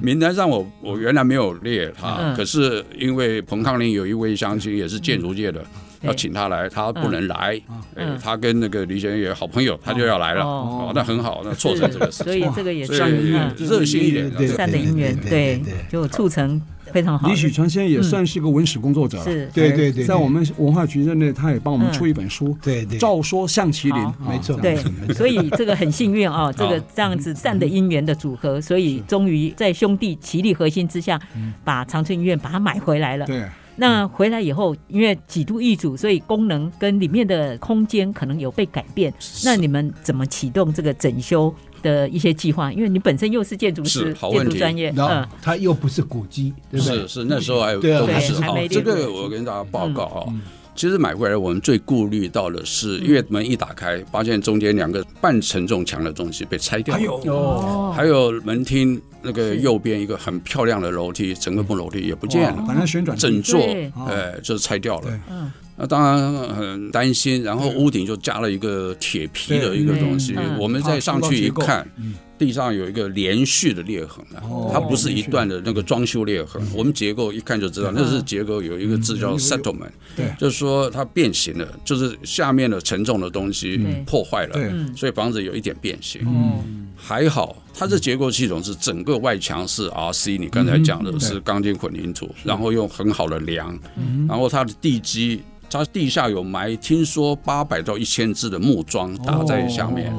D: 名单上我我原来没有列他
A: 嗯，
D: 可是因为彭康林有一位乡亲也是建筑界的，
A: 对
D: 要请他来，他不能来，哎
A: 嗯，
D: 他跟那个李先生也好朋友，他就要来了。
A: 哦
D: 哦，那很好，那促成这个事
A: 所
D: 情
A: 以，这个也
D: 所
A: 是
D: 以
A: 嗯
D: 热心一点，
C: 对对
A: 善的因缘，对
C: 对对对对，
A: 就促成非常好
B: 李。许成先也算是个文史工作者了，
A: 是
C: 对对对
B: 在我们文化局任内，他也帮我们出一本书，
C: 对对，
B: 照说象棋林啊
A: 好，
C: 没错，
A: 对
C: 没错没，错
A: 所以这个很幸运啊、这个这样子善的因缘的组合，所以终于在兄弟齐力核心之下，把长春医院把它买回来了。
B: 对，
A: 那回来以后，因为几度易主，所以功能跟里面的空间可能有被改变。那你们怎么启动这个整修的一些计划？因为你本身又是建筑师，
D: 是好
A: 建
D: 问
A: 筑
D: 题
A: 专业，
C: 然后
A: 嗯，
C: 它又不是古迹，对不对
D: 是？是，那时候还
C: 对啊
D: 都
C: 对
D: 不知
A: 还
D: 道
A: 没。
D: 这
A: 列
D: 个
A: 入
D: 我跟大家报告啊、其实买回来我们最顾虑到的是，因为门一打开，发现中间两个半承重墙的东西被拆掉了。
A: 哦
D: 还有门厅那个右边一个很漂亮的楼梯，整个木楼梯也不见了，
B: 本来哦旋转
D: 整座
A: 对
D: 呃就是拆掉了
B: 对。
A: 嗯
D: 那当然很担心，然后屋顶就加了一个铁皮的一个东西
A: 对嗯，
D: 我们再上去一看
B: 嗯，
D: 地上有一个连续的裂痕啊
B: 哦，
D: 它不是一段的那个装修裂痕，我们结构一看就知道，
A: 嗯
D: 那是结构有一个字叫 settlement，
B: 对
D: 就是说它变形了，就是下面的沉重的东西
A: 嗯
D: 破坏了
B: 对，
A: 嗯
D: 所以房子有一点变形。
A: 哦，
D: 还好，它这结构系统是整个外墙是 RC，你刚才讲的
B: 嗯
D: 是钢筋混凝土，然后用很好的梁，然后它的地基，它地下有埋，听说八百到一千只的木桩搭在下面，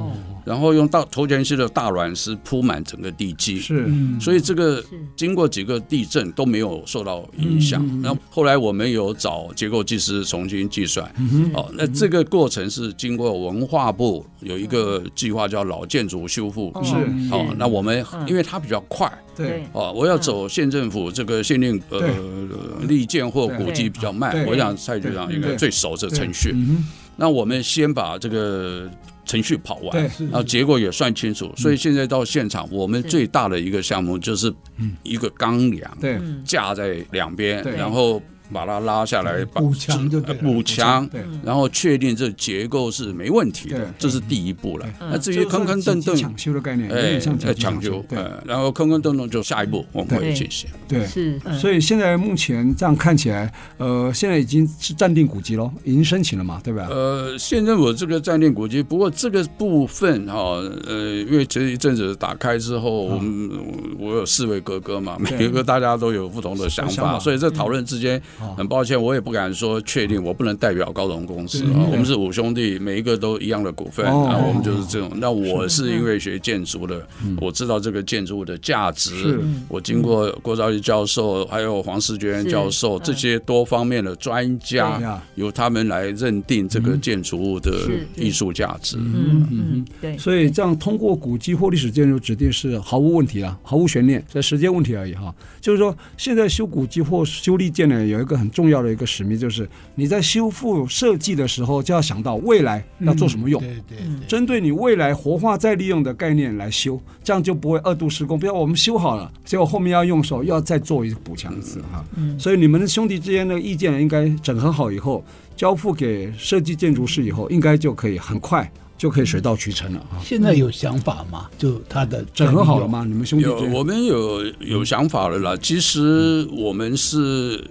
D: 然后用到头前溪的大卵石铺满整个地基，
B: 是
D: 所以这个经过几个地震都没有受到影
B: 嗯
D: 响。那后来我们有找结构技师重新计算，
B: 嗯
D: 哦，那这个过程是经过文化部有一个计划叫老建筑修复，
B: 嗯是
D: 哦，那我们
A: 嗯
D: 因为它比较快。
B: 对，
D: 哦，我要走县政府这个限定呃
B: 嗯对
D: 立建或古迹
A: 对
D: 比较慢，
B: 对
D: 我想蔡局长应该
B: 对
D: 最熟这个程序。
B: 嗯
D: 那我们先把这个程序跑完，
B: 对
C: 是
D: 然后结果也算清楚。所以现在到现场，我们最大的一个项目就是一个钢梁
B: 哼，对
D: 架在两边，
B: 对
D: 然后把它拉下来，把
C: 补墙就
D: 呃
C: 对了
D: 补墙。
B: 对，嗯
D: 然后确定这结构是没问题的
B: 对，
D: 这是第一步了。
A: 嗯
D: 那至于坑坑
B: 这
D: 洞
B: 个是紧
D: 洞
B: 急，抢修的概念，有
D: 哎
B: 点像，紧
D: 呃
B: 急
D: 抢救，
B: 对
D: 呃，然后坑坑洞洞就下一步我们会
A: 对
D: 进行。
B: 对。
A: 是，嗯
B: 所以现在目前这样看起来，呃，现在已经是暂定古籍喽，已经申请了嘛，对吧？
D: 呃，现在我这个暂定古迹，不过这个部分哈、呃，因为这一阵子打开之后，我们我有四位哥哥嘛，每一个大家都有不同的想
B: 想
D: 法，
B: 法
D: 所以这讨论之间，很抱歉，我也不敢说确定，我不能代表高龙公司啊，我们是五兄弟，每一个都一样的股份，
B: 哦
D: 啊，我们就是这种。那我是因为学建筑的，我知道这个建筑物的价值
B: 是，
D: 我经过郭兆义教授，还有黄世娟
A: 是
D: 教授
A: 嗯
D: 这些多方面的专家
B: 对呀，
D: 由他们来认定这个建筑物的
A: 是
D: 艺术价值。
A: 嗯嗯，对，
B: 所以这样通过古迹或历史建筑指定是毫无问题啊，毫无悬念，这时间问题而已哈。就是说，现在修古迹或修立建呢，有一个很重要的一个使命，就是你在修复设计的时候，就要想到未来要做什么用。
C: 嗯对对
A: 嗯
B: 针对你未来活化再利用的概念来修，这样就不会二度施工。比如我们修好了，结果后面要用的时候又要再做一个补强一次哈。所以你们兄弟之间的意见应该整合好以后，交付给设计建筑师以后，应该就可以很快。就可以水到渠成了啊。
C: 现在有想法吗？就他的
B: 整合好啊
C: 利
B: 了
C: 用？
B: 吗？你们兄弟
D: 有
B: 之间
D: 我们有有想法了啦。其实我们是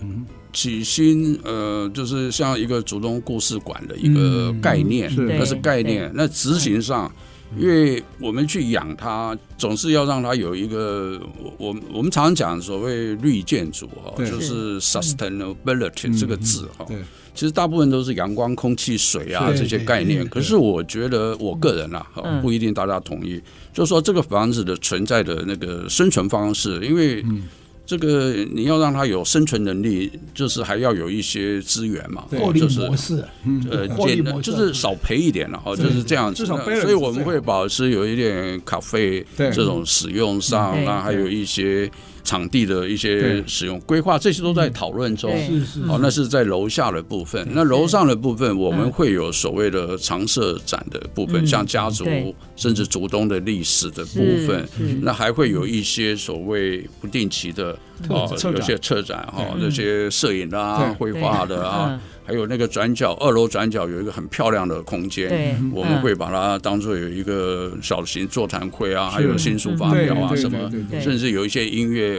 D: 起心呃，就是像一个竹东故事馆的一个概念，
B: 是
D: 那是
A: 对
D: 概念。那执行上。因为我们去养它，总是要让它有一个我我们我们常常讲所谓绿建筑哈，
B: 对嗯
D: 就是是 sustainability 这个字哈，
B: 对
D: 其实大部分都是阳光、空气、水啊
C: 是
D: 这些概念。
C: 对
D: 可是我觉得我个人啊，
A: 嗯
D: 哦不一定大家同意，就说这个房子的存在的那个生存方式，因为
C: 嗯
D: 这个你要让它有生存能力，就是还要有一些资源嘛，
B: 对
C: 获
D: 哦
C: 利
D: 就是
C: 模式，啊
D: 呃，
C: 获利
D: 简
C: 模式
D: 就是少赔一点了哦，
B: 嗯对
D: 就是这样子。
B: 至少
D: 那
B: balance
D: 所以我们
B: 最好
D: 会保持有一点咖啡
B: 对
D: 这种使用上
A: 嗯，
D: 那还有一些场地的一些
B: 对嗯
D: 使用规划，这些都在讨论中。
A: 对
C: 是是
D: 哦，那是在楼下的部分。那楼上的部分，我们会有所谓的常设展的部分，
A: 嗯
D: 像家族
A: 对
D: 甚至族东的历史的部
A: 是
D: 分
A: 是。
D: 那还会有一些所谓不定期的
B: 特
D: 哦，
B: 策展
D: 有些策展哈，
A: 嗯
D: 这些摄影啊、绘
A: 对
D: 画的啊
A: 嗯，
D: 还有那个转角二楼转角有一个很漂亮的空
A: 对
D: 间
A: 嗯，
D: 我们会把它当做有一个小型座谈会啊，还有新书发
B: 对
D: 表啊
B: 对
D: 什
B: 对
D: 么
B: 对
A: 对
B: 对。
D: 甚至有一些音乐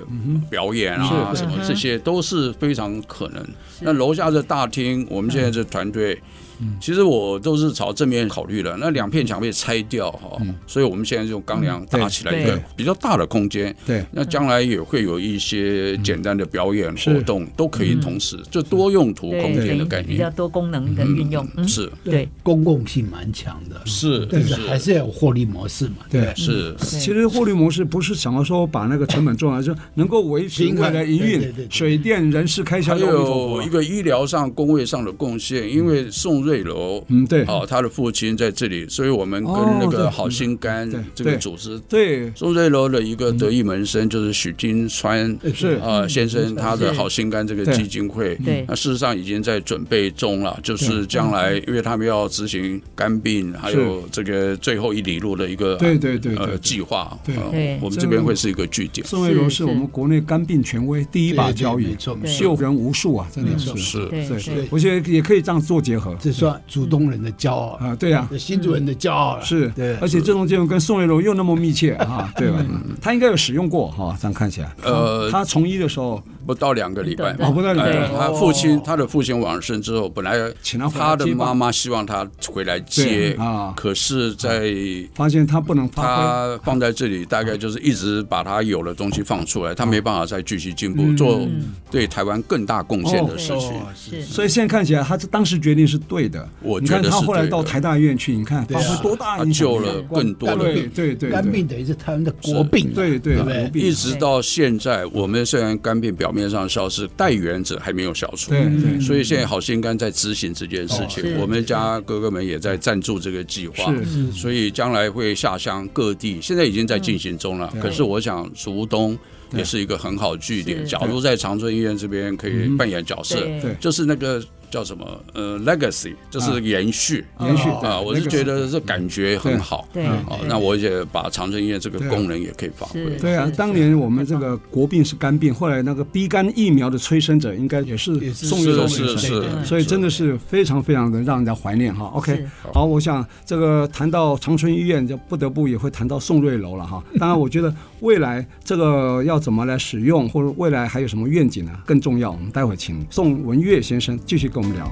D: 表演啊，
B: 是
D: 什
A: 嗯
D: 么
A: 哼
D: 这些都是非常可能。那楼下的大厅，我们现在这团队，
B: 嗯
D: 其实我都是朝正面考虑的。那两片墙被拆掉哈，所以我们现在用钢梁搭起来
A: 对
D: 一个
B: 嗯对
D: 比较大的空间。
B: 对
A: 嗯
D: 那将来也会有一些
B: 嗯
D: 简单的表演活动，都可以同时，就多用途空
A: 对，
D: 间的
A: 等
D: 概
A: 于比较
D: 念。
A: 多功能的运用，嗯，
D: 是
A: 对，
C: 公共性蛮强的，
D: 是
C: 但是
D: 是
C: 还是要有获利模式嘛，
B: 对
C: 不
D: 是
A: 对
B: 其实获利模式不是想要说把那个成本做好，就能够维持未来营
C: 平衡对对对
B: 运、
C: 对
B: 水电、人事开销。
D: 还
B: 阿弥陀佛
D: 有一个医疗上、工位上的贡献，因为宋瑞楼，
B: 嗯对
D: 哦，他的父亲在这里，所以我们跟
B: 哦
D: 那
B: 对
D: 个好心肝
B: 对
D: 这个
B: 对
D: 组织，
B: 对
D: 宋瑞楼的一个得意门生就是许金川
C: 对
B: 嗯是
D: 啊先生，他的
A: 是
D: 好心肝这个
B: 对
D: 基金会，
A: 对
D: 那事实上已经在准备中了，就是将来因为他们要执行肝病，还有这个最后一里路的一个
B: 对对对对
D: 呃
B: 对
D: 计划，
B: 对
D: 呃
A: 对
D: 我们这边会是一个据点，
B: 宋卫荣
A: 是
B: 是我们国内肝病权威第一把交
C: 没
B: 椅，
C: 错嗯没
A: 对
C: 错，
B: 救人无数啊，真的是。
D: 是
A: 对
B: 对
A: 对，
B: 我觉得也可以这样做结合。
C: 这算主动人的骄傲
B: 啊，对啊，
C: 这新主人的骄傲了，
B: 是，
C: 对，
B: 而且这种建筑跟宋卫荣又那么密切啊，对吧？
C: 嗯
B: 他应该有使用过哈，这样看起来，
D: 呃
B: 他从医的时候，
D: 不到两个礼拜
A: 对
D: 吧
B: 我。不知道你
A: 对
D: 呃，
B: 们
D: 他父亲，他的父亲往生之后，本来
B: 哦请他回来
D: 他的
B: 接棒
D: 妈妈希望他回来接
B: 对啊
D: 可是，在
B: 发现他不能发
D: 他放在这里，大概就是一直把他有的东西放出来，他没办法再继续进
B: 嗯
D: 步，做对台湾更大贡献的事
B: 哦
D: 情。
A: 是
B: 挥，所以现在看起来，他这当时决定是对的。
D: 我
B: 你
D: 觉
B: 看
D: 得
B: 他
D: 是
B: 后来
D: 对
B: 到
D: 的。
B: 台大医院去，你看
C: 对
B: 发
C: 啊
B: 挥多大
D: 他
B: 影响
D: 救
B: 力
D: 了更多
C: 肝
D: 的
B: 对
C: 病，
B: 对对，
C: 肝
B: 对
C: 病等于是他们的国病啊，
B: 对对
C: 对不
B: 国
C: 对？
B: 病
D: 一直到现在，我们虽然肝病表面上消失，带原者还没有消除。
B: 对对
D: 所以现在好心肝在执行这件事
A: 哦是
D: 情，我们家哥哥们也在赞助这个计划。
B: 是
D: 所以将来会下乡各地，现在已经在进行中
B: 嗯
D: 了。可是我想，竹东也是一个很好据点。
A: 是
D: 假如在长春医院这边可
B: 嗯
D: 以扮演角色，
A: 对
B: 对
D: 就是那个叫什么呃 legacy，就是延续
B: 延续
D: 啊，我是觉得这感觉很好。
A: 哦对啊
B: 嗯
D: 哦，那我也把长春医院这个
B: 对
D: 功能也可以发挥。
A: 是
B: 对啊
A: 是，是
B: 当年我们这个国病是肝病，后来那个 B 肝疫苗的催生者应该也是
C: 也是
B: 宋
D: 是
B: 玉
D: 的
B: 龙
D: 是的
B: 先生
D: 是的，
B: 所以真的是非常非常的让人家怀念哈。OK，
A: 是
B: 好，我想这个谈到长春医院，就不得不也会谈到宋瑞楼了哈。当然，我觉得未来这个要怎么来使用，或者未来还有什么愿景呢、更重要。我们待会请宋文月先生继续跟我们聊。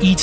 E: 一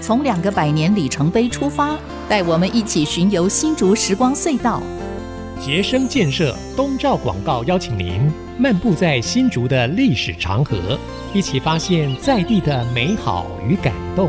F: 从两个百年里程碑出发，带我们一起巡游新竹时光隧道。
G: 杰生建设东照广告邀请您漫步在新竹的历史长河，一起发现在地的美好与感动。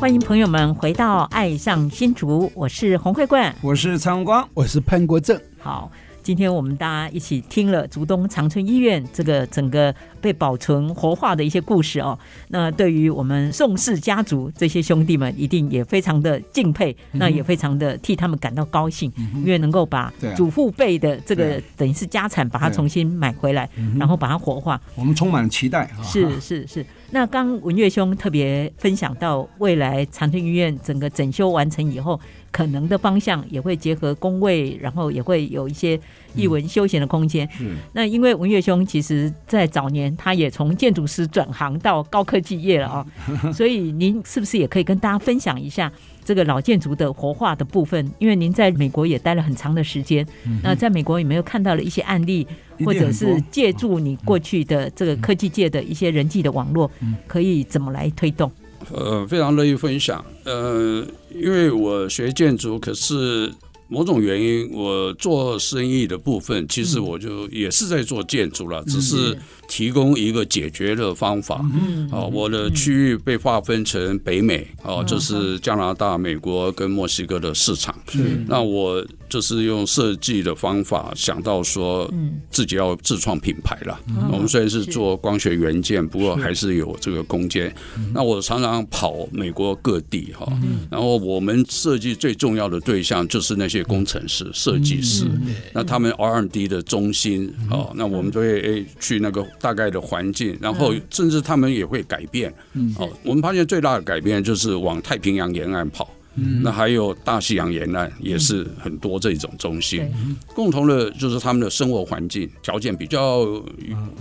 A: 欢迎朋友们回到《爱上新竹》，我是洪慧冠。
B: 我是蔡文光，
C: 我是潘国正，
A: 好，今天我们大家一起听了竹东长春医院这个整个被保存活化的一些故事哦。那对于我们宋氏家族这些兄弟们，一定也非常的敬佩，
B: 嗯
A: 那也非常的替他们感到高兴，因为能够把
B: 对啊
A: 祖父辈的这
B: 对
A: 个
B: 啊
A: 等于是家产，把它
B: 对嗯啊
A: 重新买回来，然后把它活化。
B: 我们充满期待啊。
A: 是是是，那刚文月兄特别分享到，未来长春医院整个整修完成以后，可能的方向也会结合工位，然后也会有一些艺文休闲的空间。
B: 是
A: 那因为文月兄其实在早年他也从建筑师转行到高科技业了啊、 所以您是不是也可以跟大家分享一下这个老建筑的活化的部分？因为您在美国也待了很长的时间，那在美国有没有看到了一些案例？
B: 嗯一定
A: 或者
B: 很
A: 是
B: 多嗯
A: 借助你过去的这个科技界的一些人际的网络，
B: 嗯
A: 可以怎么来推动？
D: 呃，非常乐意分享。呃，因为我学建筑，可是某种原因，我做生意的部分，其
A: 嗯
D: 实我就也是在做建筑了，只是提供一个解决的方法。
A: 嗯
D: 哦，我的区域被划分成北美，哦，这是加拿大、美国跟墨西哥的市场。
B: 是
D: 那我就是用设计的方法想到说，自己要自创品牌了。我们虽然是做光学元件，不过还是有这个空间。那我常常跑美国各地哈，然后我们设计最重要的对象就是那些工程师、设计师。那他们 R&D 的中心哦，那我们都会诶去那个大概的环境，然后甚至他们也会改变。
B: 嗯
D: 哦，我们发现最大的改变就是往太平洋沿岸跑。
B: 嗯
D: 那还有大西洋沿岸也是很多这种中心，
A: 对
D: 共同的就是他们的生活环境条件比较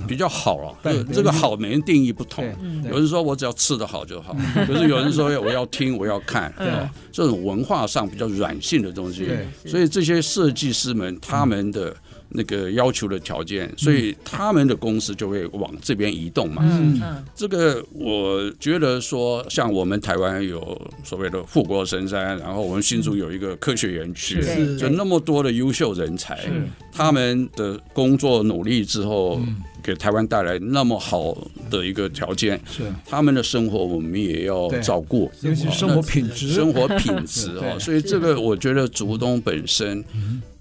D: 比较好了、
B: 嗯对
D: 这
B: 对
D: 这个好每人定义不同
B: 对，，嗯
D: 有人说我只要吃得好就好，可是有人说我要听，我要 看，哦这种文化上比较软性的东西
B: 嗯对，
D: 所以这些设计师们他们的那个要求的条件，
B: 嗯
D: 所以他们的公司就会往这边移动嘛。
A: 嗯嗯
D: 这个我觉得说，像我们台湾有所谓的护国神山，然后我们新竹有一个科学园区，
A: 是
D: 就那么多的优秀人才，他们的工作努力之后，给台湾带来那么好的一个条件，
B: 是，
D: 他们的生活我们也要
B: 对
D: 照顾，
B: 尤其是
D: 哦
B: 生活品质
D: 生活品质
B: 对嗯
D: 哦，所以这个我觉得竹东本身。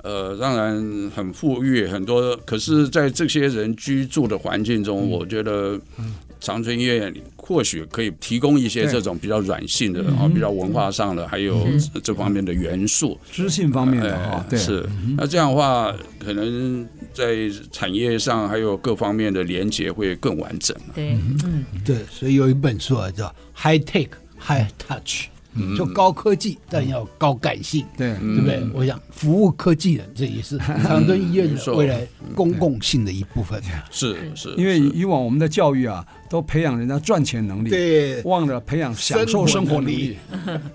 D: 呃，当然很富裕，很多。可是，在这些人居住的环境
B: 嗯
D: 中，我觉得长春医院或许可以提供一些
B: 对嗯
D: 这种比较软性的啊、比较文化上的，还有这这方面的元素。哦
B: 知性方面的啊，嗯对，
D: 是。那这样的话，可能在产业上还有各方面的连接会更完整。
A: 对，嗯
C: 对，所以有一本书啊叫《High Tech High Touch》，就高科技但要高感性。
B: 嗯对，嗯
C: 对不对？我想服务科技人，这也是长春医院
D: 没
C: 的
D: 错
C: 未来公共性的一部分。
B: 嗯
D: 是是，
B: 因为
D: 是
B: 以往我们的教育啊，都培养人家赚钱能力，
C: 对
B: 忘了培养享受生活能力，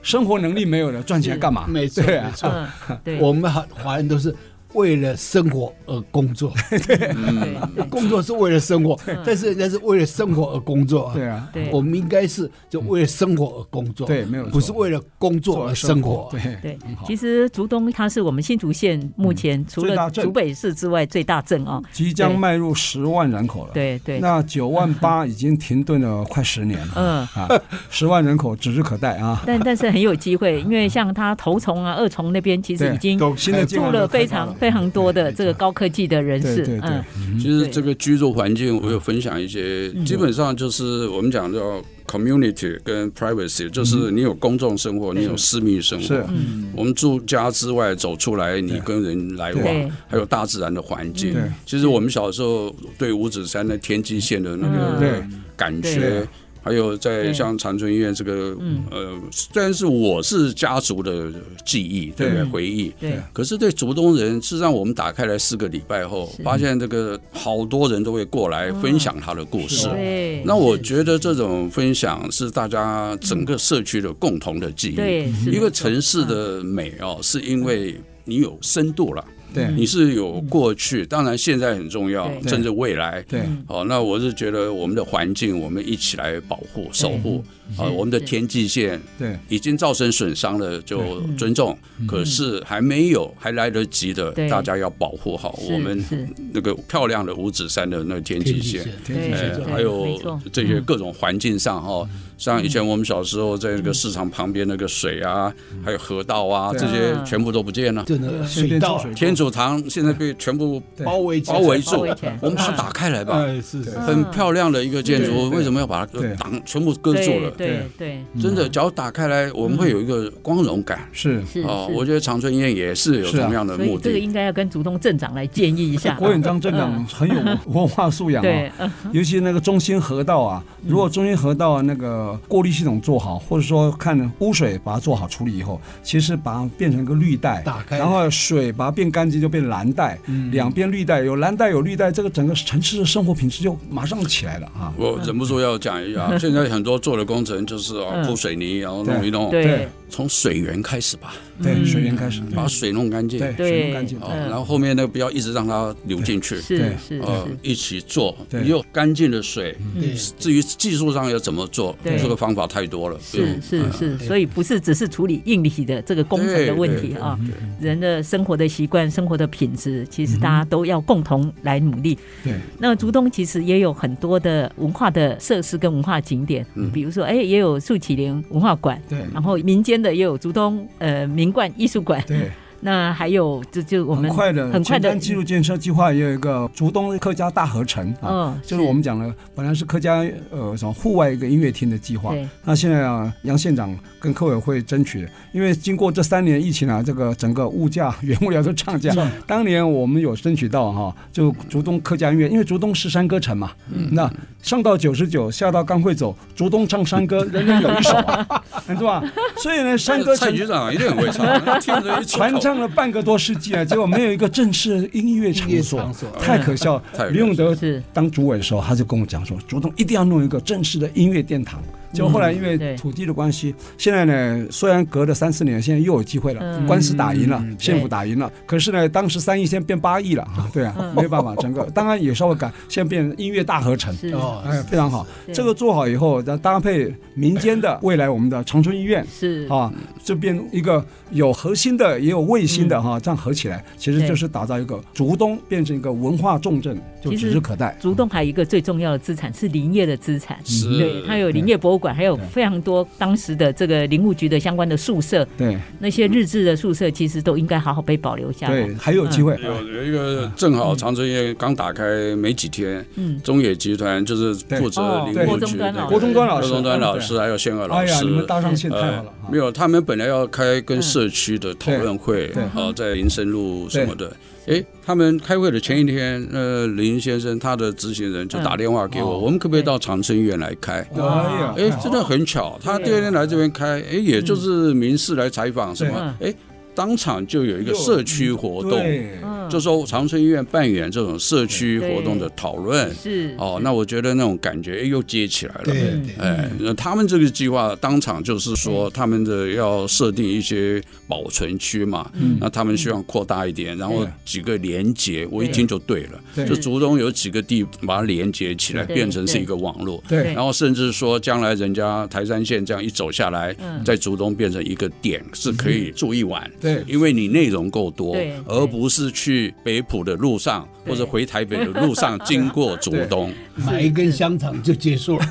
B: 生活能力没有了，赚钱干嘛？
C: 没错，
B: 对
C: 没
B: 啊
C: 错。
A: 嗯，对，
C: 我们华华人都是为了生活而 工作，
A: 对对
C: 工作是为了生活，但是人家是为了生活而工作啊。
B: 对啊，
A: 对
C: 我们应该是就为了生活而工作，
B: 对没有错
C: 不是为了工作而生活。啊
B: 对
A: 对
B: 很，好嗯
A: 其实竹东它是我们新竹县目前除
B: 最大
A: 了
B: 镇
A: 竹北市之外最大镇哦，
B: 即将迈入十万人口了。，
A: 对对，
B: 那九万八已经停顿了快十年了。
A: 嗯。
B: 啊，十万人口指日可待啊！
A: 但但是很有机会，因为像它头重啊、二重那边，其实
B: 对
A: 已经呃
C: 都
B: 新的
A: 住了非常非
B: 嗯
A: 常多的这个高科技的人
B: 对
A: 士
B: 对，对
A: 嗯，
D: 其实这个居住环境，我有分享一些，基本上就是我们讲叫 community 跟 privacy，就是你有公众生活，你有私密生活
B: 是。
D: 嗯我们住家之外走出来，你跟人来
A: 对
D: 往，还有大自然的环境
B: 对。
D: 其实我们小时候对五指山的天际线的那
A: 嗯
D: 个
B: 对
D: 感
B: 对
D: 觉。还有在
A: 对
D: 像长春医院这个，
A: 嗯
D: 呃，虽然是我是家族的记忆，对不
B: 对
D: 对？回忆，
A: 对
D: 可是对竹东人，事实上我们打开来四个礼拜后，发现这个好多人都会过来分享他的故事。
A: 嗯对，
D: 那我觉得这种分享是大家整个社区的共同的记忆。
A: 对是嗯
D: 一个
A: 没错
D: 城市的美哦，是因为你有深度了。
B: 对
A: 嗯
D: 你是有过去，当然现在很重要，
A: 对
D: 甚至未来。
B: 对
D: 好，那我是觉得我们的环境，我们一起来保护、守护啊，
A: 是
D: 我们的
A: 是
D: 天际线
B: 对
D: 已经造成损伤了，就
A: 嗯
D: 尊重。可是还没有，还来得及的
A: 对，
D: 大家要保护好
A: 嗯是
D: 我们
A: 是
D: 那个漂亮的五指山的那个天际线。
B: 天
A: 对
B: 气
D: 哎
B: 现
A: 对
B: 状
D: 还
A: 没错嗯
D: 有这些各种环境上哈，像以前我们小时候在那个市场旁边那个水啊，还有河道啊，
B: 对
D: 这些
A: 嗯啊
D: 全部都不见了。
C: 就那
B: 顺
C: 水
B: 便抽
C: 稻
B: 水
D: 天主堂现在被全部
C: 包围起来
D: 包围
A: 包
D: 住
A: 围起来，嗯
D: 我们把它打开来吧。
C: 哎，是是
B: 对
D: 很漂亮的一个建
B: 对
D: 筑，
B: 对
D: 为什么要把它
B: 对
D: 挡全部遮住了？
A: 对对嗯
D: 真的，只要打开来，我们会有一个光荣感。
B: 是
A: 对，是
D: 哦，
A: 是
D: 我觉得长春宴也是有
B: 是啊
D: 同样的
A: 所以
D: 目
A: 这个
D: 的。
A: 应该要跟竹东镇长来建议一下。
B: 郭远章镇长
A: 嗯
B: 很 有文化素养啊，
A: 对，嗯
B: 尤其那个中心河道啊，如果中心河道啊那个过滤系统做好，或者说看污水把它做好处理以后，其实把它变成一个绿带，
C: 打开
B: 然后水把它变干净就变蓝带，两边绿带有蓝带有绿带，这个整个城市的生活品质就马上起来了啊！
D: 我忍不住要讲 一下，现在很多做的工程就是啊
A: 嗯
D: 铺水泥，然后弄一弄，
A: 对
D: 从水源开始吧，
B: 对，
A: 嗯
B: 水源开始，
D: 把水弄干净，
B: 对
A: 对
B: 水源干净，
D: 哦，
A: 嗯
D: 然后后面那个不要一直让它流进去，
A: 是
B: 对
A: 是
D: 呃
A: 是，，
D: 一起做，
B: 对嗯
D: 你有干净的水。
C: 对
D: 至于技术上要怎么做，
A: 对
D: 这个方法太多了，
A: 是是
D: 嗯
A: 是，所以不是只是处理硬体的这个工程的问题啊，人的生活的习惯、生活的品质，其实大
B: 嗯
A: 家都要共同来努力。
B: 对，
A: 那竹东其实也有很多的文化的设施跟文化景点，
B: 嗯
A: 比如说哎，也有树启林文化馆，
B: 对
A: 然后民间的也有竹东呃民冠艺术馆，
B: 对，
A: 那还有就就我
B: 很
A: 们
B: 快的，
A: 很快的
B: 前瞻记录建设计划也有一个竹东客家大合成啊，
A: 嗯，
B: 就是我们讲了，本来是客家呃什么户外一个音乐厅的计划
A: 对，
B: 那现在啊，杨县长跟客委会争取，因为经过这三年疫情啊，这个整个物价、原物料都涨价。当年我们有争取到哈、就竹东客家音乐，因为竹东是山歌城嘛，那上到九十九，下到刚会走，竹东唱山歌，人人有一首啊，是吧？所以呢，山歌
D: 蔡
B: 城
D: 局长一定很会 唱，听着一出
B: 传
D: 口。
B: 唱了半个多世纪啊，结果没有一个正式的音乐场
C: 音乐
B: 所，
C: 场所
B: 太可笑了
D: 太可笑。了
B: 李永德
A: 是
B: 当主委的时候，他就跟我讲说，竹东一定要弄一个正式的音乐殿堂。结果后来因
A: 嗯对
B: 为土地的关系，现在呢，虽然隔了三四年，现在又有机会了
A: 嗯，
B: 官司打赢了
C: 嗯，
B: 县府打赢了，可是呢，当时三亿现在变八 亿了啊，对啊，
A: 嗯
B: 没有办法，整个当然也稍微改，现在变音乐大合成。
A: 是
C: 哦，
B: 哎，非常好
A: 是。
B: 这个做好以后，再搭配民间的未来，我们的长春医院，
A: 是
B: 啊，这边一个有核心的，也有卫
A: 嗯
B: 星的哈、这样合起来，其实就是打造一个竹东变成一个文化重镇，就
A: 其实
B: 指日可待。
A: 竹东还有一个最重要的资产是林业的资产，
D: 是
A: 对，它有林业博物馆，还有非常多当时的这个林务局的相关的宿舍，
B: 对
A: 那些日治的宿舍其实都应该好好被保留下来
B: 对，。还有机会。
D: 有有一个正
B: 嗯
D: 好长春夜刚打开没几天，
A: 嗯，哦
D: 中野集团就是负责林务局的那个
B: 郭中端老师，
D: 郭中端老师还有仙娥老
B: 哎呀，
D: 师
B: 你。们搭上线太好
D: 呃
B: 了。，嗯
D: 没有，他们本来要开跟社区的讨论会
B: 对，
D: 啊，在林森路什么的。哎，他们开会的前一天，呃，林先生他的执行人就打电话给我，
B: 嗯
D: 我们可不可以到长春医院来开？
B: 哎呀，
D: 哎，真的很巧，他第二天来这边开，哎，也就是民事来采访什么，哎，当场就有一个社区活动，
B: 嗯对，
A: 嗯，
D: 就说长春医院扮演这种社区活动的讨论。
A: 是
D: 哦，那我觉得那种感觉哎又接起来了。
C: 对
A: 嗯
C: 对，
D: 哎，那他们这个计划当场就是说，他们的要设定一些保存区嘛，
A: 嗯
D: 那他们希望扩大一点，然后几个连接，我一听就对了，
B: 对
D: 就竹东有几个地把它连接起来，
A: 对
D: 变成是一个网络。
B: 对
D: 然后甚至说，将来人家台山线这样一走下来，
A: 嗯
D: 在竹东变成一个点，是可以住一晚，
B: 对
D: 因为你内容够多
A: 对，
D: 而不是去北浦的路上
A: 对
D: 或者回台北的路上经过竹东，
C: 买一根香肠就结束了。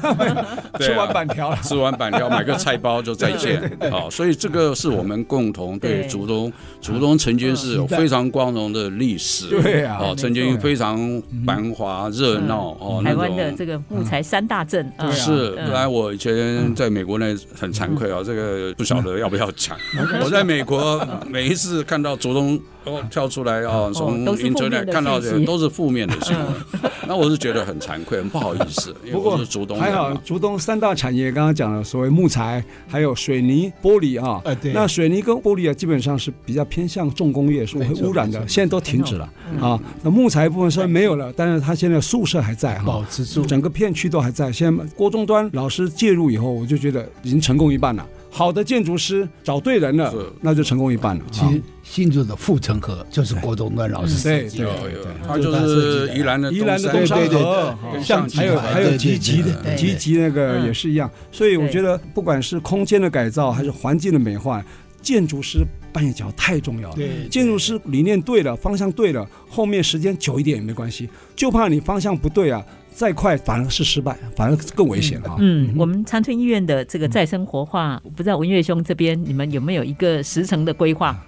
D: 对
B: 吃
D: 啊
B: 完板条了。
D: 吃完板条买个菜包就再见啊、哦！所以这个是我们共同对
A: 对
D: 竹东，竹东曾经是有非常光荣的历史，
B: 对啊
D: 哦，曾经非常繁华热闹哦，
A: 嗯
D: 那
A: 台湾的
D: 种
A: 这个木材三大镇，嗯
D: 是，
A: 嗯
D: 本来我以前在美国呢，很惭愧啊，这个不晓得要不要 讲。
A: 嗯
D: 我在美国每一次看到竹东哦跳出来哦，从
A: 都是负面的
D: internet 看到
A: 信息嗯
D: 的都是负面的新闻， 那我是觉得很惭愧，很不好意思，因为
B: 不
D: 我
B: 过
D: 是竹东
B: 还
D: 人
B: 好，
D: 嘛。
B: 竹东三大产业刚刚讲了，所谓木材，还有水泥、玻璃啊。
C: 啊对
B: 那水泥跟玻璃啊，基本上是比较偏向重工业，是会
C: 没错
B: 污染的
C: 没，错
B: 现在都停止了啊。那木材部分虽然没有了，但是它现在宿舍还在哈
C: 保。持住
B: 整个片区都还在。现在郭中端老师介入以后，我就觉得已经成功一半了。好的建筑师找对人了
D: 是，
B: 那就成功一半了。
C: 其实新竹的护城河就是郭东端老师
B: 啊对
C: 设计
B: 对
D: 有
C: 的，
D: 有
B: 对，
D: 它就是宜兰的
B: 宜兰的
D: 东
B: 东
D: 山
B: 山
C: 对对
B: 河，
D: 跟
C: 像
D: 上
C: 极
B: 还有
C: 对对
B: 还有
C: 对
B: 集
C: 对
B: 集
C: 对
B: 的
C: 对
B: 集集那个
A: 嗯
B: 也是一样，所以我
A: 对
B: 觉得不管是空间的改造还是环境的美化，建筑师扮演角太重要了。
C: 对
B: 建筑师理念对了，方向对了，后面时间久一点也没关系，就怕你方向不对啊，再快反而是失败，反而更危险啊。
A: 嗯，我们长春医院的这个再生活化，
B: 嗯
A: 不知道文月兄这边你们有没有一个时程的规划？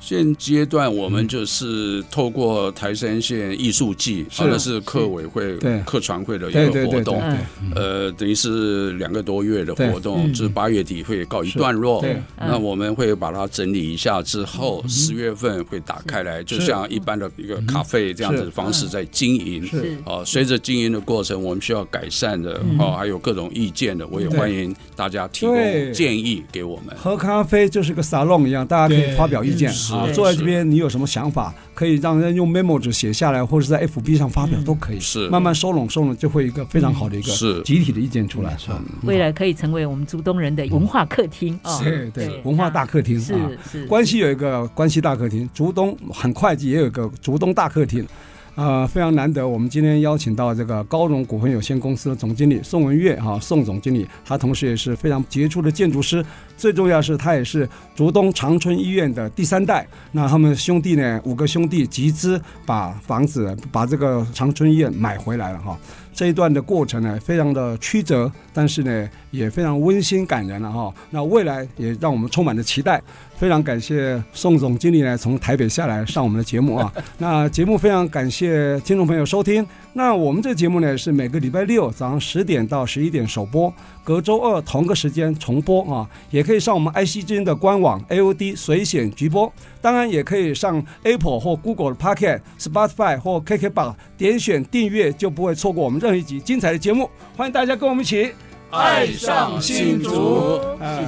D: 现阶段我
B: 嗯
D: 们就是透过台山县艺术季，
B: 是
D: 或者是客委会
B: 对、
D: 客传会的一
B: 对对
D: 个活
B: 对对
D: 动，
A: 嗯，
D: 呃，等于是两个多月的
B: 对
D: 活动，
A: 嗯
D: 至八月底会告一段落。
B: 对，嗯
A: 嗯
D: 那我们会把它整理一下之后，十月份会打开来，就是像一般的一个咖啡这样子的方式在经营。
B: 嗯是
A: 是
D: 啊，随着经营的过程，我们需要改善的
A: 嗯
D: 哦，还有各种意见的，我也
B: 对
D: 欢迎大家提供
B: 对
D: 建议给我们。
B: 喝咖啡就是个沙龙一样，大家可以
C: 对
B: 发表意见
D: 嗯是
B: 啊。
A: 对
B: 坐在这边，你有什么想法，可以让人用 memo 纸写下来，或者在 FB 上发表
A: 嗯
B: 都可以。
D: 是
B: 慢慢收拢收拢，就会一个非常好的一个
D: 是
B: 集体的意见出来。啊
C: 错
A: 未来可以成为我们竹东人的文化客厅哦。
B: 对对，文化大客厅
A: 是
B: 啊。
A: 是
B: 关西有一个关西大客厅，竹东很快也有一个竹东大客厅，呃，非常难得。我们今天邀请到这个高荣股份有限公司的总经理宋文月哈、宋总经理，他同时也是非常杰出的建筑师，最重要是他也是竹东长春医院的第三代。那他们兄弟呢，五个兄弟集资把房子把这个长春医院买回来了哈、这一段的过程呢，非常的曲折，但是呢，也非常温馨感人了哈、那未来也让我们充满了期待。非常感谢宋总经理呢，从台北下来上我们的节目啊。那节目非常感谢听众朋友收听。那我们这节目呢是每个礼拜六早上十点到十一点首播，隔周二同个时间重播啊。也可以上我们 IC 之音的官网 AOD 随选直播，当然也可以上 Apple 或 Google 的 Pocket、Spotify 或 KKBox 点选订阅，就不会错过我们任何一集精彩的节目。欢迎大家跟我们一起爱上新竹，啊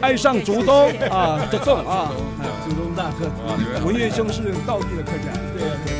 B: 爱上竹东啊，这更啊。
C: 竹东大客
D: 啊你们好啊
B: 文月兄是道地的客家人，对对。